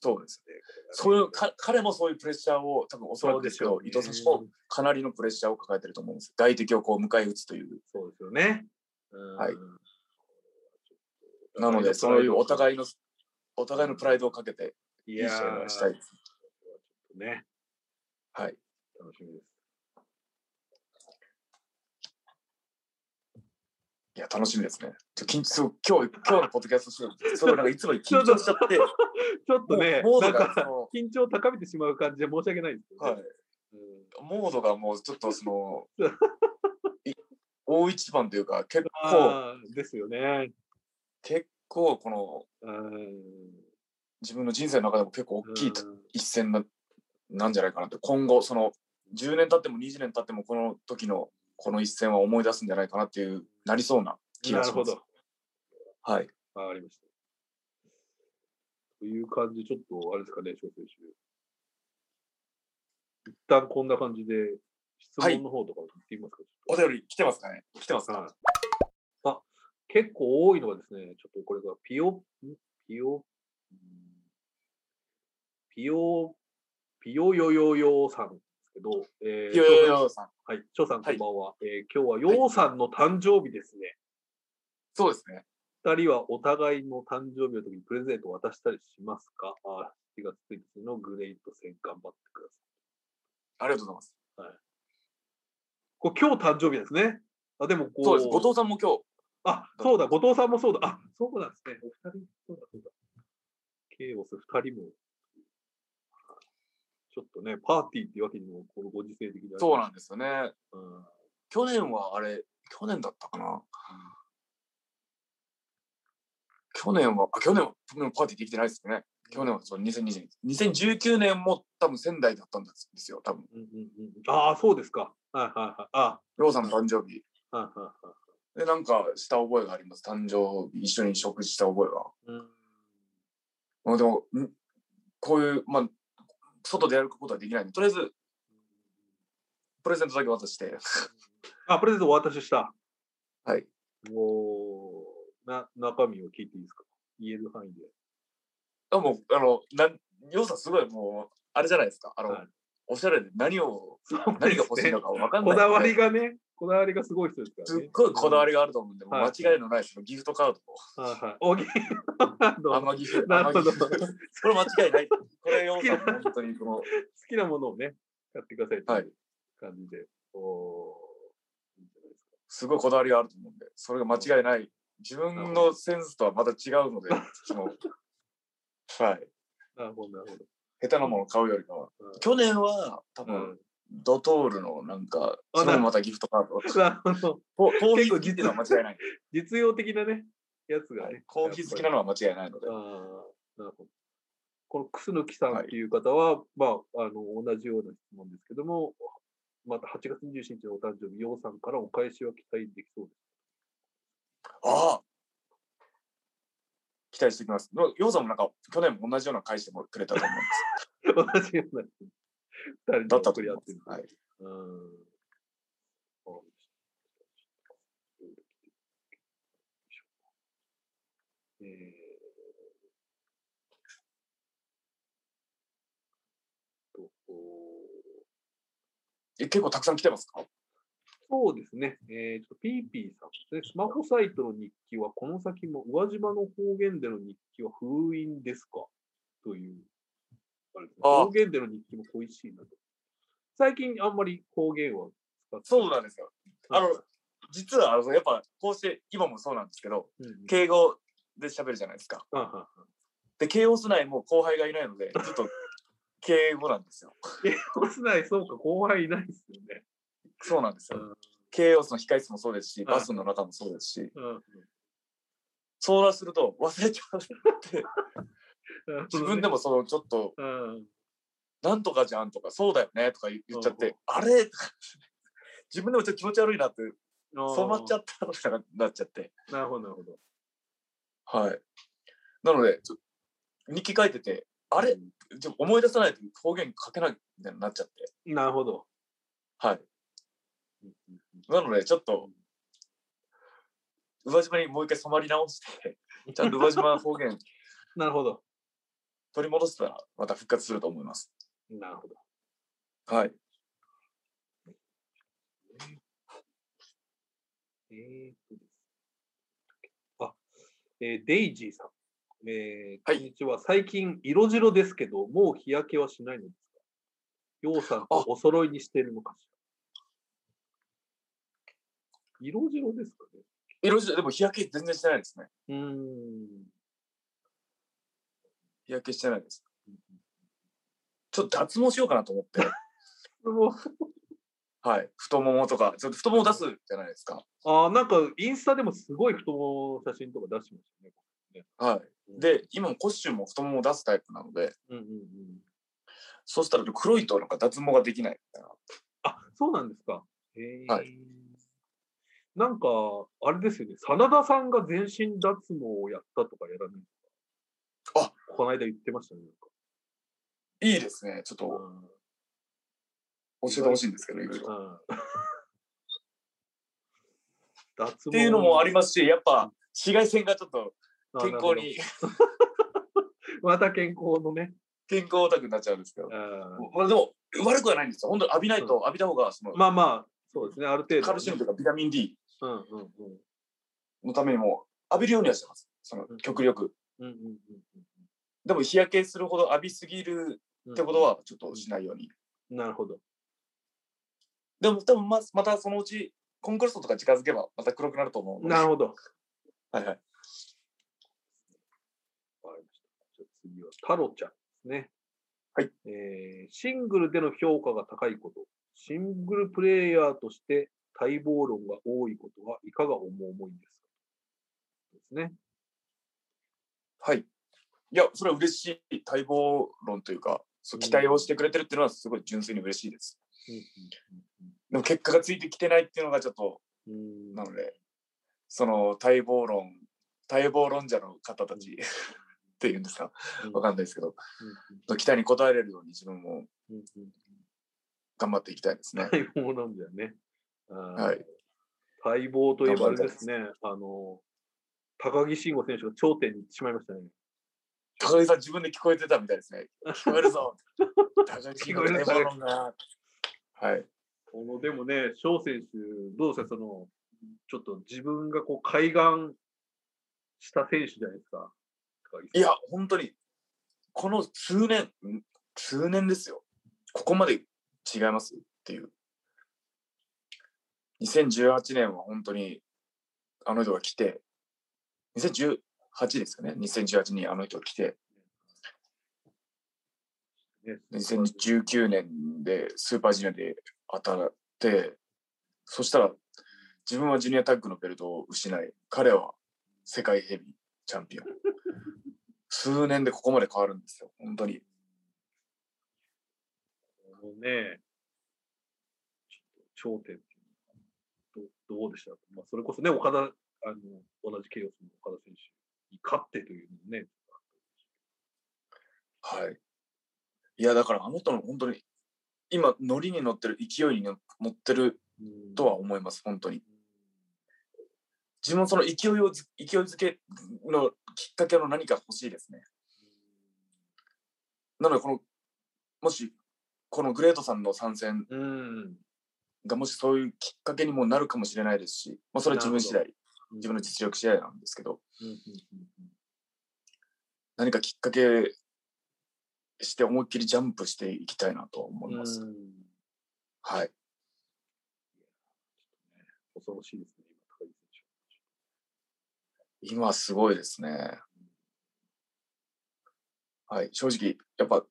Speaker 1: そうです。
Speaker 2: で
Speaker 1: そういうか彼もそういうプレッシャーを多分おそらくですけど、
Speaker 2: ね
Speaker 1: 伊藤選手もかなりのプレッシャーを抱えてると思うんです。外敵をこう迎え撃つという。
Speaker 2: そうですよね。うん
Speaker 1: はいなので、そういうお互いの、お互いのプライドをかけて、
Speaker 2: い
Speaker 1: いい試合
Speaker 2: ー
Speaker 1: がしたい。です。
Speaker 2: ね、
Speaker 1: はい。
Speaker 2: 楽しみです。
Speaker 1: いや、楽しみですね。ちょ緊張する今日、今日のポッドキャスト収録、それなんかい つもより緊張しちゃって、
Speaker 2: ちょっとね、
Speaker 1: もうモ
Speaker 2: な
Speaker 1: ー
Speaker 2: ん
Speaker 1: ドが、そ
Speaker 2: か
Speaker 1: の、
Speaker 2: 緊張を高めてしまう感じで申し訳ないんですけど、
Speaker 1: はい、モードがもうちょっとそ の、い大一番というか、結構、
Speaker 2: こうですよね。
Speaker 1: 結構この、
Speaker 2: うん
Speaker 1: 自分の人生の中でも結構大きい一戦ななんじゃないかなと今後その10年経っても20年経ってもこの時のこの一戦は思い出すんじゃないかなっていうなりそうな気が
Speaker 2: な
Speaker 1: し
Speaker 2: るほ
Speaker 1: ます
Speaker 2: ど。。
Speaker 1: はい、
Speaker 2: わかりました。という感じで、ちょっと、あれですかね、翔選手。一旦こんな感じで、質
Speaker 1: はい
Speaker 2: 問の方とか行ってみますか、
Speaker 1: お便り来てますかね来てますか、
Speaker 2: はいあ、結構多いのがですね、ちょっとこれがピオ、んピオ、うんピオ、ピオヨヨヨさんですけど、えー、
Speaker 1: よよよさん
Speaker 2: はい、翔さんこ
Speaker 1: はい
Speaker 2: んばんは。えー今日はヨウさんの誕生日ですね。
Speaker 1: そうですね
Speaker 2: 二人はお互いの誕生日の時にプレゼントを渡したりしますかあ ?7 月1日のグレート戦頑張ってください。
Speaker 1: ありがとうございます
Speaker 2: これ今日誕生日ですね。あ、でもこう。
Speaker 1: そうです後藤さんも今日
Speaker 2: あ、そうだ、後藤さんもそうだ。あ、そうなんですね。お二人、そうだ、そうだ。ケイオス二人も。ちょっとね、パーティーっていうわけにも、このご時世的には
Speaker 1: そうなんですよね
Speaker 2: うん
Speaker 1: 去年はあれ去年だったかな去年はあ去年は去年はパーティーできてないですね去年はその2020 2019年も多分仙台だったんですよ多分
Speaker 2: うんうんうん。ああ、そうですか。はいはいはい。あ
Speaker 1: ようさんの誕生日
Speaker 2: はいはいは
Speaker 1: で、なんかした覚えがあります。誕生日、一緒に食事した覚えが。
Speaker 2: い。うん
Speaker 1: まあ、でも、んこういう、まあ、外でやることはできないんで、とりあえず、プレゼントだけ渡して。
Speaker 2: あ、プレゼントお渡しした。
Speaker 1: はい。
Speaker 2: おーな中身を聞いていいですか言える範囲で。
Speaker 1: あもう、あの、なん、ようさんすごい、もう、あれじゃないですか。あの、
Speaker 2: はい
Speaker 1: おしゃれで何を、何が欲しいのかわかんない
Speaker 2: こ
Speaker 1: んで。
Speaker 2: だわりがね、こだわりがすごい人ですから
Speaker 1: す
Speaker 2: ね。
Speaker 1: っごいこだわりがあると思うんで、もう
Speaker 2: はい
Speaker 1: 間違いのないそのギフトカード
Speaker 2: うん。はいはい。 おぎ
Speaker 1: を。あんまギフト、
Speaker 2: なるほど。
Speaker 1: あん
Speaker 2: 好
Speaker 1: まギフこれ間違いない。これようさんも本当にこの、
Speaker 2: きなものをね、買ってください
Speaker 1: はい
Speaker 2: という感じで。おーいいんじゃないですか
Speaker 1: すごいこだわりがあると思うんで、それが間違いない。自分のセンスとはまた違うので、その、はい。
Speaker 2: なるほど、なるほど。
Speaker 1: 下手なものを買うよりかは。
Speaker 2: うん
Speaker 1: 去年は、多分、ドトールのなんか、そ
Speaker 2: あ
Speaker 1: れも
Speaker 2: な
Speaker 1: またギフトカード。
Speaker 2: うんなるほど。
Speaker 1: コーヒー好きっていうのは間違いない。
Speaker 2: 実用的なね、やつが
Speaker 1: は
Speaker 2: ね
Speaker 1: い。コーヒー好きなのは間違いないので
Speaker 2: あ。あ、なるほど。この楠木さんっていう方は、まあ、あの、同じような質問ですけども、また8月27日のお誕生日、洋さんからお返しは期待できそうで。
Speaker 1: ああ期待しておきます。ヨウさんもなんか、去年も同じような返してもくれたと思うんです
Speaker 2: 同じような質問。二人
Speaker 1: す。だ
Speaker 2: で
Speaker 1: ったと
Speaker 2: 送
Speaker 1: 思
Speaker 2: り
Speaker 1: い
Speaker 2: 合
Speaker 1: ま
Speaker 2: って
Speaker 1: す
Speaker 2: る。。
Speaker 1: はい。
Speaker 2: うん。わかりましたえーと
Speaker 1: え結構たくさん来てますか
Speaker 2: そうですね。えー、ちょっとピーピーさんですね。スマホサイトの日記はこの先も宇和島の方言での日記は封印ですかという。あれですね
Speaker 1: ああ
Speaker 2: 方言での日記も恋しいなと。最近あんまり方言は使って
Speaker 1: そう
Speaker 2: だ。
Speaker 1: なんですよ。あの、実はあのやっぱこうして今もそうなんですけど
Speaker 2: うんうん
Speaker 1: 敬語で喋るじゃないですか
Speaker 2: あはは
Speaker 1: で慶応市内も後輩がいないのでちょっと敬語なんですよ
Speaker 2: え、オスナイ、そうか、後輩いないですよね。
Speaker 1: そうなんです
Speaker 2: う
Speaker 1: よ
Speaker 2: ん
Speaker 1: 慶応市の控室もそうですし
Speaker 2: はい
Speaker 1: バスの中もそうですし
Speaker 2: うんうん
Speaker 1: そうすると忘れちゃう
Speaker 2: うん
Speaker 1: 自分でもそのちょっと
Speaker 2: うん
Speaker 1: 「なんとかじゃん」とか「そうだよね」とか言言っちゃっ
Speaker 2: うんう
Speaker 1: て「あれ?」 とか自分でもちょっと気持ち悪いなって染まっちゃ
Speaker 2: っ
Speaker 1: ったとかなっちゃって
Speaker 2: た。なるほど、なるほど。
Speaker 1: はいなのでちょ日記書いてて「あれ
Speaker 2: うん
Speaker 1: ちょ思い出さないと方言書けない」みたいになっちゃって
Speaker 2: なるほど。
Speaker 1: はい
Speaker 2: うんうんうん
Speaker 1: なので、ちょっと、宇和島にもう一回染まり直 して、ちゃんと宇和島方言
Speaker 2: なるほど。
Speaker 1: 取り戻せたら、また復活すると思います。
Speaker 2: なるほど。
Speaker 1: はい。
Speaker 2: えーっとです。あ、えーデイジーさん、えー
Speaker 1: はい
Speaker 2: こんにちは。最近、色白ですけど、もう日焼けはしないのですかようさんとお揃いにしてるのかしら。色白ですかね
Speaker 1: 色白でも日焼け全然してないですね。
Speaker 2: うーん。
Speaker 1: 日焼けしてないです。ちょっと脱毛しようかなと 思って、
Speaker 2: も
Speaker 1: はい。太ももとか、ちょっと太もも出すじゃないですか。
Speaker 2: あーなんか、インスタでもすごい太ももの写真とか出してましたね。
Speaker 1: はい。で、今もコスチュームも太ももを出すタイプなので、
Speaker 2: うんうんうん。
Speaker 1: そうしたら黒いとなんか脱毛ができないみたいな。
Speaker 2: あ、そうなんですか。へー
Speaker 1: は
Speaker 2: なんか、あれですよね、真田さんが全身脱毛をやったとかやらないとか。
Speaker 1: あ
Speaker 2: この間言ってましたね。
Speaker 1: いいですね。ちょっ
Speaker 2: なん
Speaker 1: と
Speaker 2: か
Speaker 1: 教えてほしいんですけど、いろいろ。
Speaker 2: うんうん脱 毛
Speaker 1: っていうのもありますし、やっぱ紫外線がちょっと
Speaker 2: あ
Speaker 1: 健
Speaker 2: なる
Speaker 1: 康
Speaker 2: ほど
Speaker 1: に、
Speaker 2: また健康のね。
Speaker 1: 健康オタクになっちゃうんですけど。
Speaker 2: うん
Speaker 1: まあでも、悪くはないんですよ。本当に浴びないと、浴びた方がその、
Speaker 2: まあまあ、そうですね、ある程度、ね。
Speaker 1: カルシウムとかビタミン D
Speaker 2: うんうんうん
Speaker 1: のためにも浴びるようにはしてます。その
Speaker 2: うん
Speaker 1: 極力。
Speaker 2: うんうんうん
Speaker 1: でも日焼けするほど浴びすぎる
Speaker 2: うん。
Speaker 1: ってことはちょっとしないように。
Speaker 2: なるほど。
Speaker 1: でも多分ままたそのうちコンクラストとか近づけばまた黒くなると思うので。
Speaker 2: なるほど。
Speaker 1: はいはい。
Speaker 2: わかりました。じゃあ次は、タロちゃんですね。
Speaker 1: はい。
Speaker 2: えーシングルでの評価が高いこと、シングルプレイヤーとして待望論が多いことはいかが思う思いですかですね。
Speaker 1: はい。いや、それは嬉しい待望論というか、そう期待をしてくれてるっていうのはすごい純粋に嬉しいです。でも結果がついてきてないっていうのがちょっと
Speaker 2: うんうん
Speaker 1: なので、その待望論、待望論者の方たちっていうんですか、わかんないですけど、期待に応えれるように自分も
Speaker 2: うんうんうん
Speaker 1: 頑張っていきたいですね。
Speaker 2: 待望なんだよね。は
Speaker 1: はいい。
Speaker 2: 待望といえばあれですね、あの、高木慎吾選手が頂点に行ってしまいましたね。
Speaker 1: 高木さん、自分で聞こえてたみたいですね。聞こえるぞ高木の待望論が。はい。
Speaker 2: あのでもね、翔選手、どうですか、その、ちょっと自分がこう、開眼した選手じゃないですか。
Speaker 1: いや、本当に、この数年、ん数年ですよ。ここまで違いますっていう。2018年は本当に、あの人が来て、2018ですかね、2018にあの人が来て、
Speaker 2: ね、
Speaker 1: 2019年でスーパージュニアで当たって、そしたら自分はジュニアタッグのベルトを失い、彼は世界ヘビーチャンピオン。数年でここまで変わるんですよ、本当に。
Speaker 2: このね、ちょっと頂点っていうのはどうどうでしたか、まあ、それこそね、岡田、あの、同じケイオスの岡田選手に勝ってというのもね、
Speaker 1: はい。いや、だからあの人の本当に、今、ノリに乗ってる、勢いに乗ってる
Speaker 2: うん
Speaker 1: とは思います、本当に。自分もその勢いをず、勢いづけのきっかけの何か欲しいですね。なので、この、もし、このグレートさんの参戦
Speaker 2: うん。
Speaker 1: が、もしそういうきっかけにもなるかもしれないですし、まあ、それは自分次第、自分の実力次第なんですけど、
Speaker 2: うんうんうんうん
Speaker 1: 何かきっかけして思いっきりジャンプしていきたいなとは思います。
Speaker 2: うん
Speaker 1: はい。
Speaker 2: 恐ろしいですね、今、高木選手。
Speaker 1: 今すごいですね。はい、正直、やっぱ、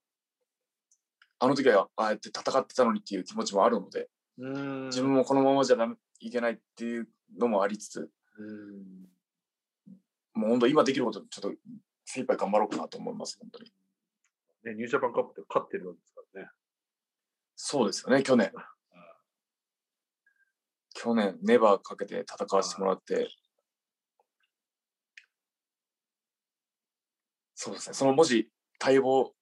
Speaker 1: あの時はああやって戦ってたのにっていう気持ちもあるので、
Speaker 2: うん
Speaker 1: 自分もこのままじゃダメいけないっていうのもありつつ、
Speaker 2: うん
Speaker 1: もう本当今できること、ちょっと精一杯頑張ろうかなと思います、本当に。
Speaker 2: ね、ニュージャパンカップで勝ってるわけですからね。
Speaker 1: そうですよね、去年。去年、ネバーかけて戦わせてもらって、そうですね、そのもし待 望、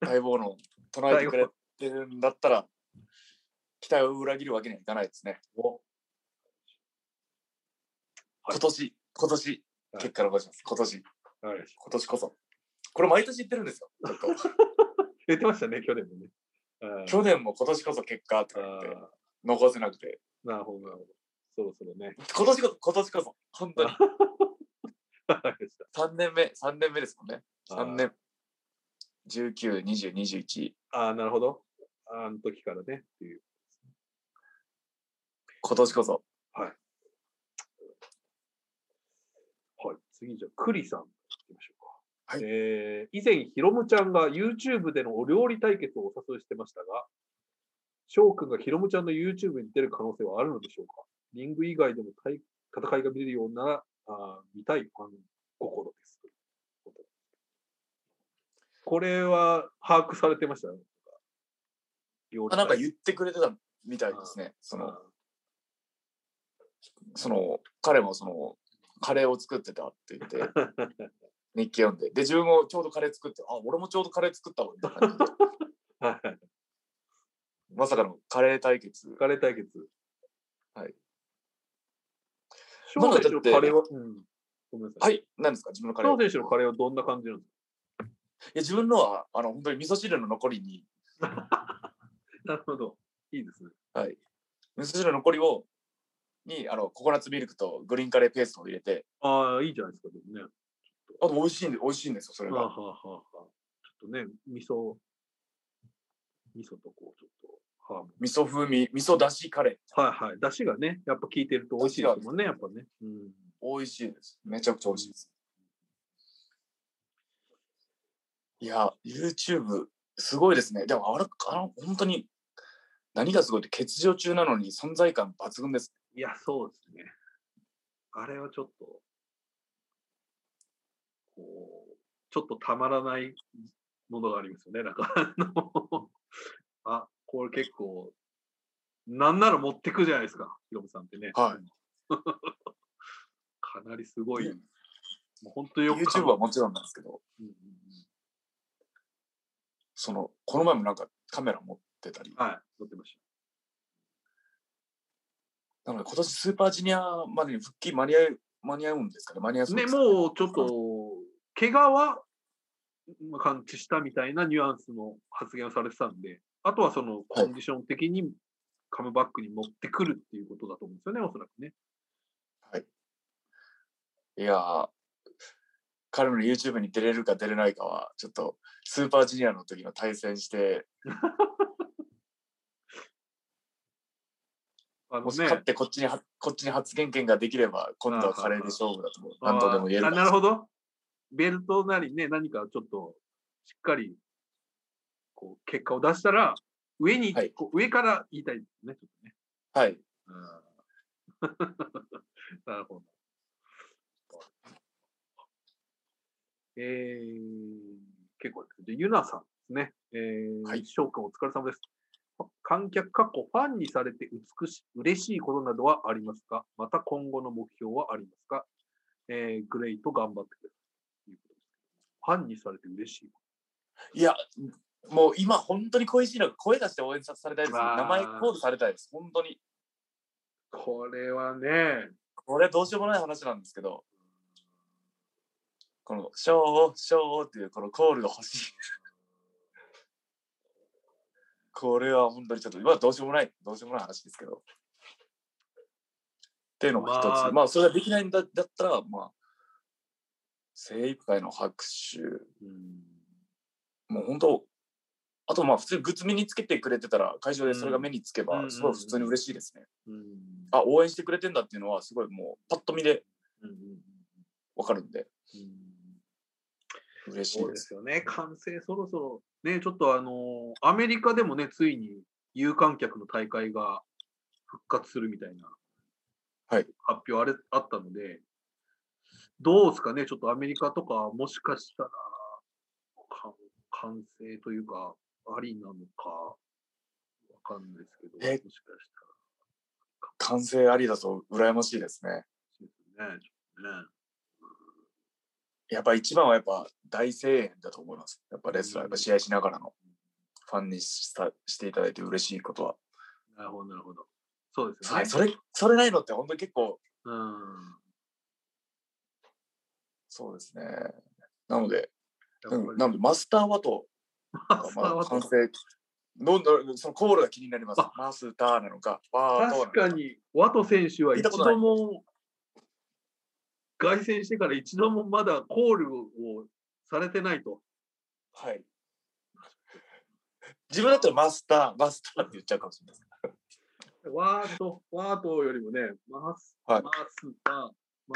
Speaker 1: 待望論唱えてくれてるんだったら、期待を裏切るわけにはいかないですね。
Speaker 2: おはい
Speaker 1: 今年、今年、
Speaker 2: はい
Speaker 1: 結果残します。今年、
Speaker 2: はい、
Speaker 1: 今年こそ。これ毎年言ってるんですよ。ちょっと
Speaker 2: 言ってましたね、去年もね。あー
Speaker 1: 去年も今年こそ結果とか言って、
Speaker 2: あ
Speaker 1: 残せなくて。
Speaker 2: ーなるほど、なるほど。そろそろね。
Speaker 1: 今年こそ、今年こそ、本当に。 3年目、3年目ですもんね。
Speaker 2: あー
Speaker 1: 3年。19、20、21。
Speaker 2: ああ、なるほど。あの時からねっていう。
Speaker 1: 今年こそ。
Speaker 2: はい、次じゃあ、クリさん行きましょうか。
Speaker 1: はい
Speaker 2: えー以前、ひろむちゃんが YouTube でのお料理対決をお誘いしてましたが、翔くんがひろむちゃんの YouTube に出る可能性はあるのでしょうかリング以外でも対戦いが見れるようなあー見たいファン心です。これは把握されてましたね。料
Speaker 1: あなんか
Speaker 2: う
Speaker 1: 言ってくれてたみたいですね。その、その、彼もその、カレーを作ってたって言 って、日記読んで。で、自分もちょうどカレー作って、あ、俺もちょうどカレー作ったわ、みたいな感じで。
Speaker 2: はい。
Speaker 1: まさかのカレー対決。
Speaker 2: カレー対決。
Speaker 1: はい。
Speaker 2: 翔選手のカレーは、うん。ごめんなさ
Speaker 1: は
Speaker 2: い。
Speaker 1: い、何ですか自分のカレー
Speaker 2: 翔。選手のカレーはどんな感じなんです
Speaker 1: いや自分のはあの本当に味噌汁の残りに、
Speaker 2: かなるほど。いいですね。
Speaker 1: はい、味噌汁の残りをにあのココナッツミルクとグリーンカレーペーストを入れて
Speaker 2: ああ、いいじゃないですか、でもね。
Speaker 1: あと美味しいんで美味しいんですよそれ
Speaker 2: はあ、
Speaker 1: が、
Speaker 2: はあはあはあ、ちょっとね、味噌、味噌とこう、ちょっと、ハーモ
Speaker 1: 味噌風味味噌だしカレー
Speaker 2: ンはいはい。だしがね、やっぱ効いてると美味しいですもんね、やっぱね。うん。
Speaker 1: 美味しいですめちゃくちゃ美味しいですいや YouTube すごいですねでもあれあの本当に何がすごいって欠場中なのに存在感抜群です
Speaker 2: いや、そうですね。あれはちょっと、こう、ちょっとたまらないものがありますよね。なんか、あの、あ、これ結構、なんなら持ってくじゃないですか、ヒロムさんってね。。
Speaker 1: はい
Speaker 2: かなりすごい、
Speaker 1: う
Speaker 2: も
Speaker 1: ん
Speaker 2: う本当によく考え
Speaker 1: YouTube はもちろんなんですけど
Speaker 2: うんうんうん
Speaker 1: そのこの前もなんかカメラ持ってたり
Speaker 2: はい、持ってまし
Speaker 1: なので今年スーパージュニアまでに復帰間に合う間に合うんですかね間に合いそ
Speaker 2: た。
Speaker 1: う
Speaker 2: ね、
Speaker 1: ですか
Speaker 2: もうちょっと、怪我はまあ感知したみたいなニュアンスの発言をされてたんで、あとはそのコンディション的にカムバックに持ってくるっていうことだと思うんですよね、おそらくね。
Speaker 1: いやー彼の YouTube に出れるか出れないかはちょっとスーパージュニアの時の対戦して
Speaker 2: あの
Speaker 1: もし勝っ
Speaker 2: ね、
Speaker 1: てこっちにはこっちに発言権ができれば今度はカレーで勝負だと思う
Speaker 2: あ
Speaker 1: 何とでも言える
Speaker 2: あなるほど。ベルトなりね、何かちょっとしっかりこう結果を出したら、上に、
Speaker 1: はい
Speaker 2: こう上から言いたいですね、ちょっとね。
Speaker 1: はい
Speaker 2: うん なるほど。えー、結構です。で、ゆなさんですね。えー、
Speaker 1: はい
Speaker 2: 翔くんお疲れ様です。観客、過去ファンにされて美し、嬉しいことなどはありますかまた今後の目標はありますかえー、グレイト頑張ってくださいということです。ファンにされて嬉しいこ
Speaker 1: いやもう今本当に恋しいのが声出して応援さされたいです
Speaker 2: わー
Speaker 1: 名前コールされたいです本当に
Speaker 2: と。これはね、
Speaker 1: これどうしようもない話なんですけどこの「ショーショー」っていうこのコールが欲しい これは本当にちょっと今はどうしようもないどうしようもない話ですけどっていうのも一つ、
Speaker 2: ま
Speaker 1: ま
Speaker 2: あ
Speaker 1: あ、それができないんだだったらまあ精一杯の拍手
Speaker 2: うん、
Speaker 1: もう本当あとまあ普通にグッズ身につけてくれてたら会場でそれが目につけ
Speaker 2: うんうん
Speaker 1: ばすごい普通に嬉しいですね、
Speaker 2: うん、
Speaker 1: あ応援してくれてんだっていうのはすごいもうパッと見で
Speaker 2: うん、うん、
Speaker 1: わかるんで
Speaker 2: うん。
Speaker 1: 嬉しい
Speaker 2: そう
Speaker 1: で
Speaker 2: ですすよね、完成そろそろ、ね、ちょっとあのーアメリカでもね、ついに有観客の大会が復活するみたいな
Speaker 1: はい
Speaker 2: 発表あれ、あったので、どうですかね、ちょっとアメリカとか、もしかしたら、か完成というか、ありなのか、わかんないですけど、もし
Speaker 1: え
Speaker 2: かしたら
Speaker 1: 完成ありだと羨ましいですね。
Speaker 2: そうですね、ちょっとね。
Speaker 1: やっぱ一番はやっぱ大声援だと思います。やっぱレスラー、やっぱ試合しながらのファンにしたしていただいて嬉しいことは。
Speaker 2: なるほど、なるほど。そうです
Speaker 1: そ
Speaker 2: よ
Speaker 1: れ、。
Speaker 2: ね
Speaker 1: それ、それないのって本当に結構、
Speaker 2: うん
Speaker 1: そうですね。なので、
Speaker 2: やっぱ
Speaker 1: う
Speaker 2: り
Speaker 1: ん、なのでマスターはと、
Speaker 2: マスター
Speaker 1: ま
Speaker 2: は
Speaker 1: あ、
Speaker 2: と
Speaker 1: 完成。どんどんそのコールが気になります
Speaker 2: あ。
Speaker 1: マスターなのか、ワートなの
Speaker 2: 確かに、ワト選手は一度も凱旋してから一度もまだコールをされてないと。
Speaker 1: はい。自分だったらマスター、マスターって言っちゃうかもしれないです。
Speaker 2: ワート、ワートよりもね、マス、
Speaker 1: はい
Speaker 2: マスター、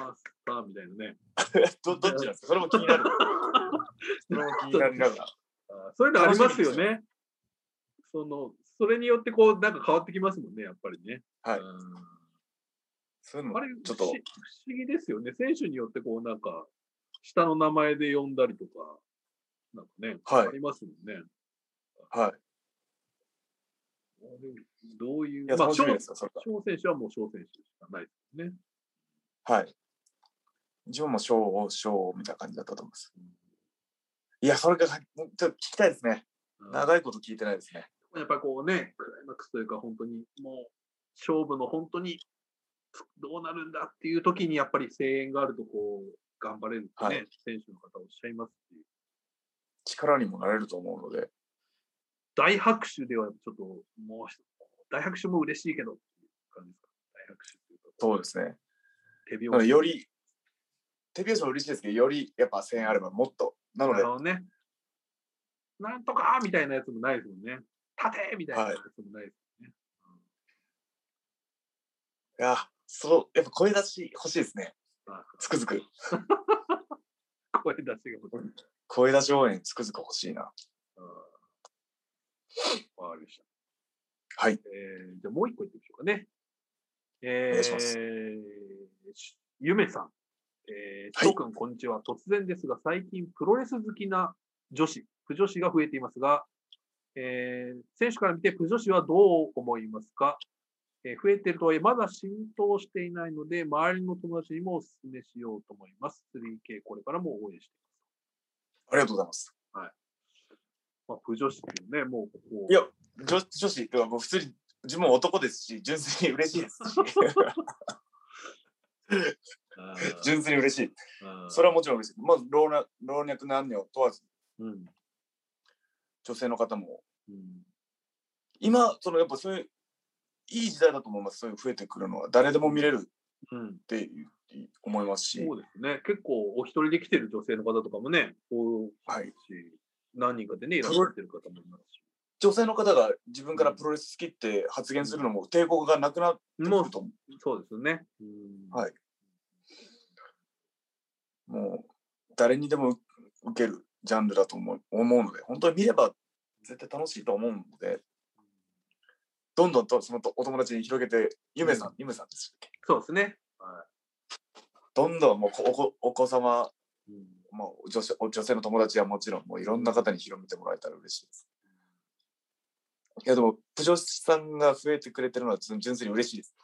Speaker 2: マスターみたいなね。
Speaker 1: どどっちなんですかそれも気になる。それも気になりながら。
Speaker 2: あーそういうのありますよね。その、それによってこう、なんか変わってきますもんね、やっぱりね。
Speaker 1: はい
Speaker 2: うん
Speaker 1: そういうの
Speaker 2: あ
Speaker 1: も
Speaker 2: れ、
Speaker 1: ちょっ
Speaker 2: 不
Speaker 1: と
Speaker 2: 思不思議ですよね。選手によってこう、なんか、下の名前で呼んだりとか、なんかね、
Speaker 1: はい
Speaker 2: ありますもんね。
Speaker 1: はい。
Speaker 2: あれどうい、
Speaker 1: いうや、
Speaker 2: まあ、
Speaker 1: 楽し
Speaker 2: 翔
Speaker 1: みですよ、それが。
Speaker 2: 翔選手はもう翔選手しかないですね。
Speaker 1: はい。自分も賞を賞みたいな感じだったと思います。いや、それがちょっと聞きたいですね。
Speaker 2: うん
Speaker 1: 長いこと聞いてないですね。
Speaker 2: やっぱりこうね、クライマックスというか、本当にもう、勝負の本当にどうなるんだっていう時に、やっぱり声援があると、こう、頑張れるって
Speaker 1: は
Speaker 2: ね、
Speaker 1: い
Speaker 2: 選手の方おっしゃいますし、
Speaker 1: 力にもなれると思うので。
Speaker 2: 大拍手ではちょっと、もう一つ、大拍手も嬉しいけどっていう感じですか、大拍手というか、
Speaker 1: そうですね。
Speaker 2: 手拍
Speaker 1: なのでより、手拍子も嬉しいですけど、よりやっぱ1000円あればもっと。なの
Speaker 2: な
Speaker 1: で
Speaker 2: る、ほどね。なんとかみたいなやつもないですもんね。立てみたいなやつもないです。
Speaker 1: いや、そう、やっぱ声出し欲しいですね。
Speaker 2: あ
Speaker 1: つくづく。
Speaker 2: 声出しが欲しい。
Speaker 1: 声出し応援つくづく欲しいな。
Speaker 2: うんわかりました。
Speaker 1: はい。
Speaker 2: えーじゃあもう一個いってみましょうかね。えー、
Speaker 1: お願いします
Speaker 2: しゆめさん。えー、
Speaker 1: はい
Speaker 2: 翔くん、こんにちは。突然ですが、最近プロレス好きな女子、プ女子が増えていますが、えー選手から見てプ女子はどう思いますか、えー増えてるとはいえ、まだ浸透していないので、周りの友達にもお勧めしようと思います。3K、これからも応援してい
Speaker 1: ありがとうございます。
Speaker 2: ます。まあ、プ女子っていうね、もうここ
Speaker 1: いや女女子、ではもう普通に、自分も男ですし、純粋に嬉しいですし、
Speaker 2: あー
Speaker 1: 純粋に嬉しい。
Speaker 2: あー
Speaker 1: それはもちろん嬉しい。まず老若老若男女問わず、
Speaker 2: うん。
Speaker 1: 女性の方も、
Speaker 2: うん
Speaker 1: 今、そのやっぱそういう、いい時代だと思います。そういう増えてくるのは、誰でも見れるっ
Speaker 2: うん
Speaker 1: ていう思いますし、
Speaker 2: そうですね。結構お一人で来てる女性の方とかもね、多い
Speaker 1: はい、
Speaker 2: し、何人かでね、いらっしゃってる方もいますし。
Speaker 1: 女性の方が自分からプロレス好きって発言するのも抵抗がなくなってく
Speaker 2: もう
Speaker 1: ると思う。
Speaker 2: そうですよね。うん
Speaker 1: はいもう誰にでも受けるジャンルだと思う思うので、本当に見れば絶対楽しいと思うので、どんどんとそのお友達に広げて、ゆめさん、ゆめさんですっけ
Speaker 2: そうですね。
Speaker 1: どんどんもうこお子お子様、
Speaker 2: うん
Speaker 1: まあ、女性お女性の友達はもちろん、もういろんな方に広めてもらえたら嬉しいです。いやでも、プジョシさんが増えてくれてるのは純純粋に嬉しいです。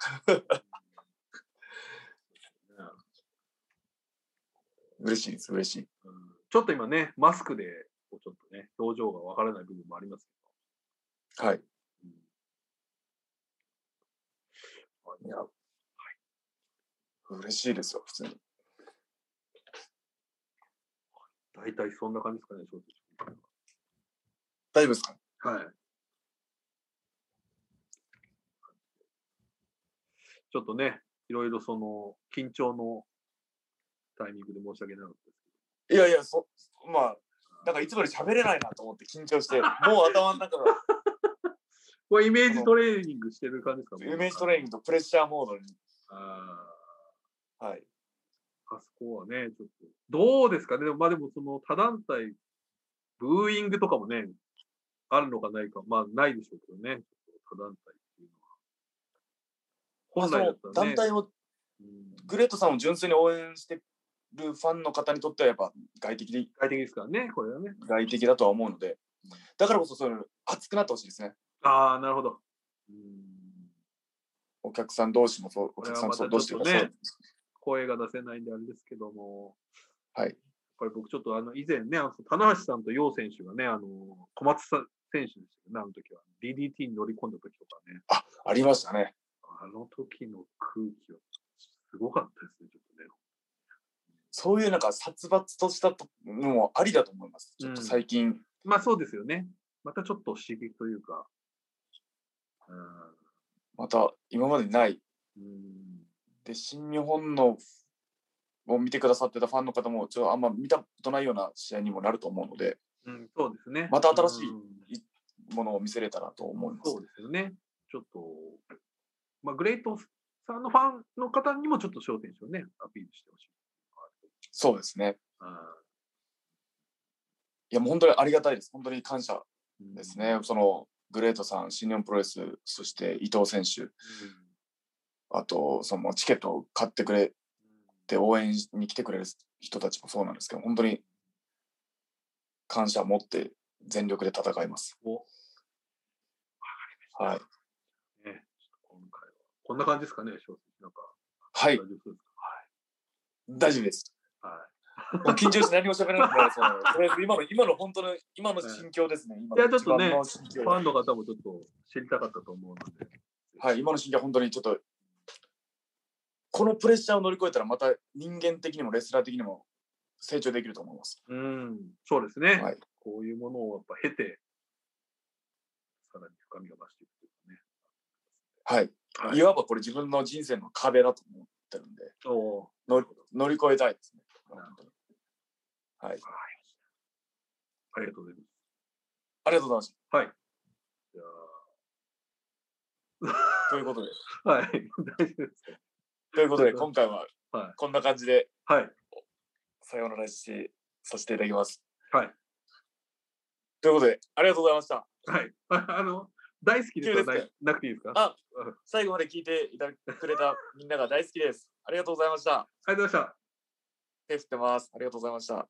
Speaker 1: 嬉しいです、嬉しい。
Speaker 2: うんちょっと今ね、マスクで、こうちょっとね、表情がわからない部分もあります
Speaker 1: はい。
Speaker 2: けど。
Speaker 1: いや、嬉しいですよ、普通に。
Speaker 2: 大体そんな感じですかね、正
Speaker 1: 大丈夫ですか
Speaker 2: 直。はい。ちょっとね、いろいろその、緊張のタイミングで申し訳なかったです。
Speaker 1: いやいや、そまあ、なんかいつもより喋れないなと思って緊張して、もう頭の中が
Speaker 2: これイメージトレーニングしてる感じですか
Speaker 1: イメージト
Speaker 2: レー
Speaker 1: レーニ
Speaker 2: ニング。
Speaker 1: ングとプレッシャーモードに。
Speaker 2: あ
Speaker 1: はい。
Speaker 2: ーあそこはね、ちょっと。どうですかねでもまあでもその他団体、ブーイングとかもね、あるのかないか、まあないでしょうけどね、他団体っていうのは。本来だったら
Speaker 1: 団。
Speaker 2: ね
Speaker 1: 体を、
Speaker 2: うん
Speaker 1: グレートさんを純粋に応援してるファンの方にとってはやっぱ外的で
Speaker 2: 外的ですからね、これはね。
Speaker 1: 外的だとは思うので、だからこそそういうの熱くなってほしいですね。
Speaker 2: ああ、なるほど。うん
Speaker 1: お客さん同士もそう、お客さん
Speaker 2: これはまた
Speaker 1: 同士というか
Speaker 2: ちょっ
Speaker 1: そ
Speaker 2: と
Speaker 1: う
Speaker 2: ね声が出せないんであれですけども、
Speaker 1: はい
Speaker 2: やっぱり僕ちょっとあの以前ね、あの棚橋さんと楊選手がね、あの小松さん選手でしたよね、あの時は。DDT に乗り込んだ時とかね、
Speaker 1: ありましたね。
Speaker 2: あの時の空気はすごかったですね、ちょっとね。
Speaker 1: そういうなんか殺伐としたのもありだと思います。ちょっと最近、
Speaker 2: まあそうですよね。またちょっと刺激というか、
Speaker 1: また今までにない
Speaker 2: うん、うん
Speaker 1: で、新日本のを見てくださってたファンの方も、ちょっとあんま見たことないような試合にもなると思うので、
Speaker 2: うん、そうですね。
Speaker 1: また新しい
Speaker 2: うん
Speaker 1: ものを見せれたらと思います
Speaker 2: そう。ですよね。ちょっと、まあ、グレートさんのファンの方にもちょっと焦点をね、アピールしてほしい。
Speaker 1: そうですね。
Speaker 2: う
Speaker 1: いや、もう本当にありがたいです。本当に感謝
Speaker 2: ん
Speaker 1: です。ね。その、グレートさん、新日本プロレス、そして伊藤選手、あと、そのチケットを買ってくれて応援に来てくれる人たちもそうなんですけど、本当に感謝を持って全力で戦います。
Speaker 2: うん、おね
Speaker 1: はい。
Speaker 2: ちょっと今回はこんな感じですかね、正直。なんか、
Speaker 1: はい
Speaker 2: 大丈夫そうです
Speaker 1: 大丈夫です。
Speaker 2: かはい。
Speaker 1: もう緊張して何も喋らなくなりそうなのでとりあえず今の、今の本当の、今の心境ですね。今の
Speaker 2: いやちょっとね
Speaker 1: 一番の心境
Speaker 2: ファンの方もちょっと知りたかったと思うので、
Speaker 1: はい、今の心境は本当にちょっと、このプレッシャーを乗り越えたら、また人間的にもレスラー的にも成長できると思います。
Speaker 2: うん、そうですね、
Speaker 1: はい
Speaker 2: こういうものをやっぱ経て、さらに深みを増していくという
Speaker 1: はい。
Speaker 2: かね。
Speaker 1: い、わばこれ自分の人生の壁だと思ってるんで、
Speaker 2: お
Speaker 1: 乗乗り越えたいですね。
Speaker 2: なる
Speaker 1: 本当にはい。
Speaker 2: ありがとうございます。
Speaker 1: ありがとうございます。
Speaker 2: じゃ
Speaker 1: ということで、
Speaker 2: あはい、 大丈夫です
Speaker 1: ということで今回は
Speaker 2: はい
Speaker 1: こんな感じで
Speaker 2: か。はい、
Speaker 1: さようならしさせていただきます。
Speaker 2: はい、
Speaker 1: ということで、ありがとうございました。
Speaker 2: はい。ああの、大好きですは
Speaker 1: 急です
Speaker 2: ななくていいですか
Speaker 1: あ最後まで聞いていたくれたみんなが大好きです。ありがとうございました。
Speaker 2: ありがとうございました。
Speaker 1: 手振ってます。ありがとうございました。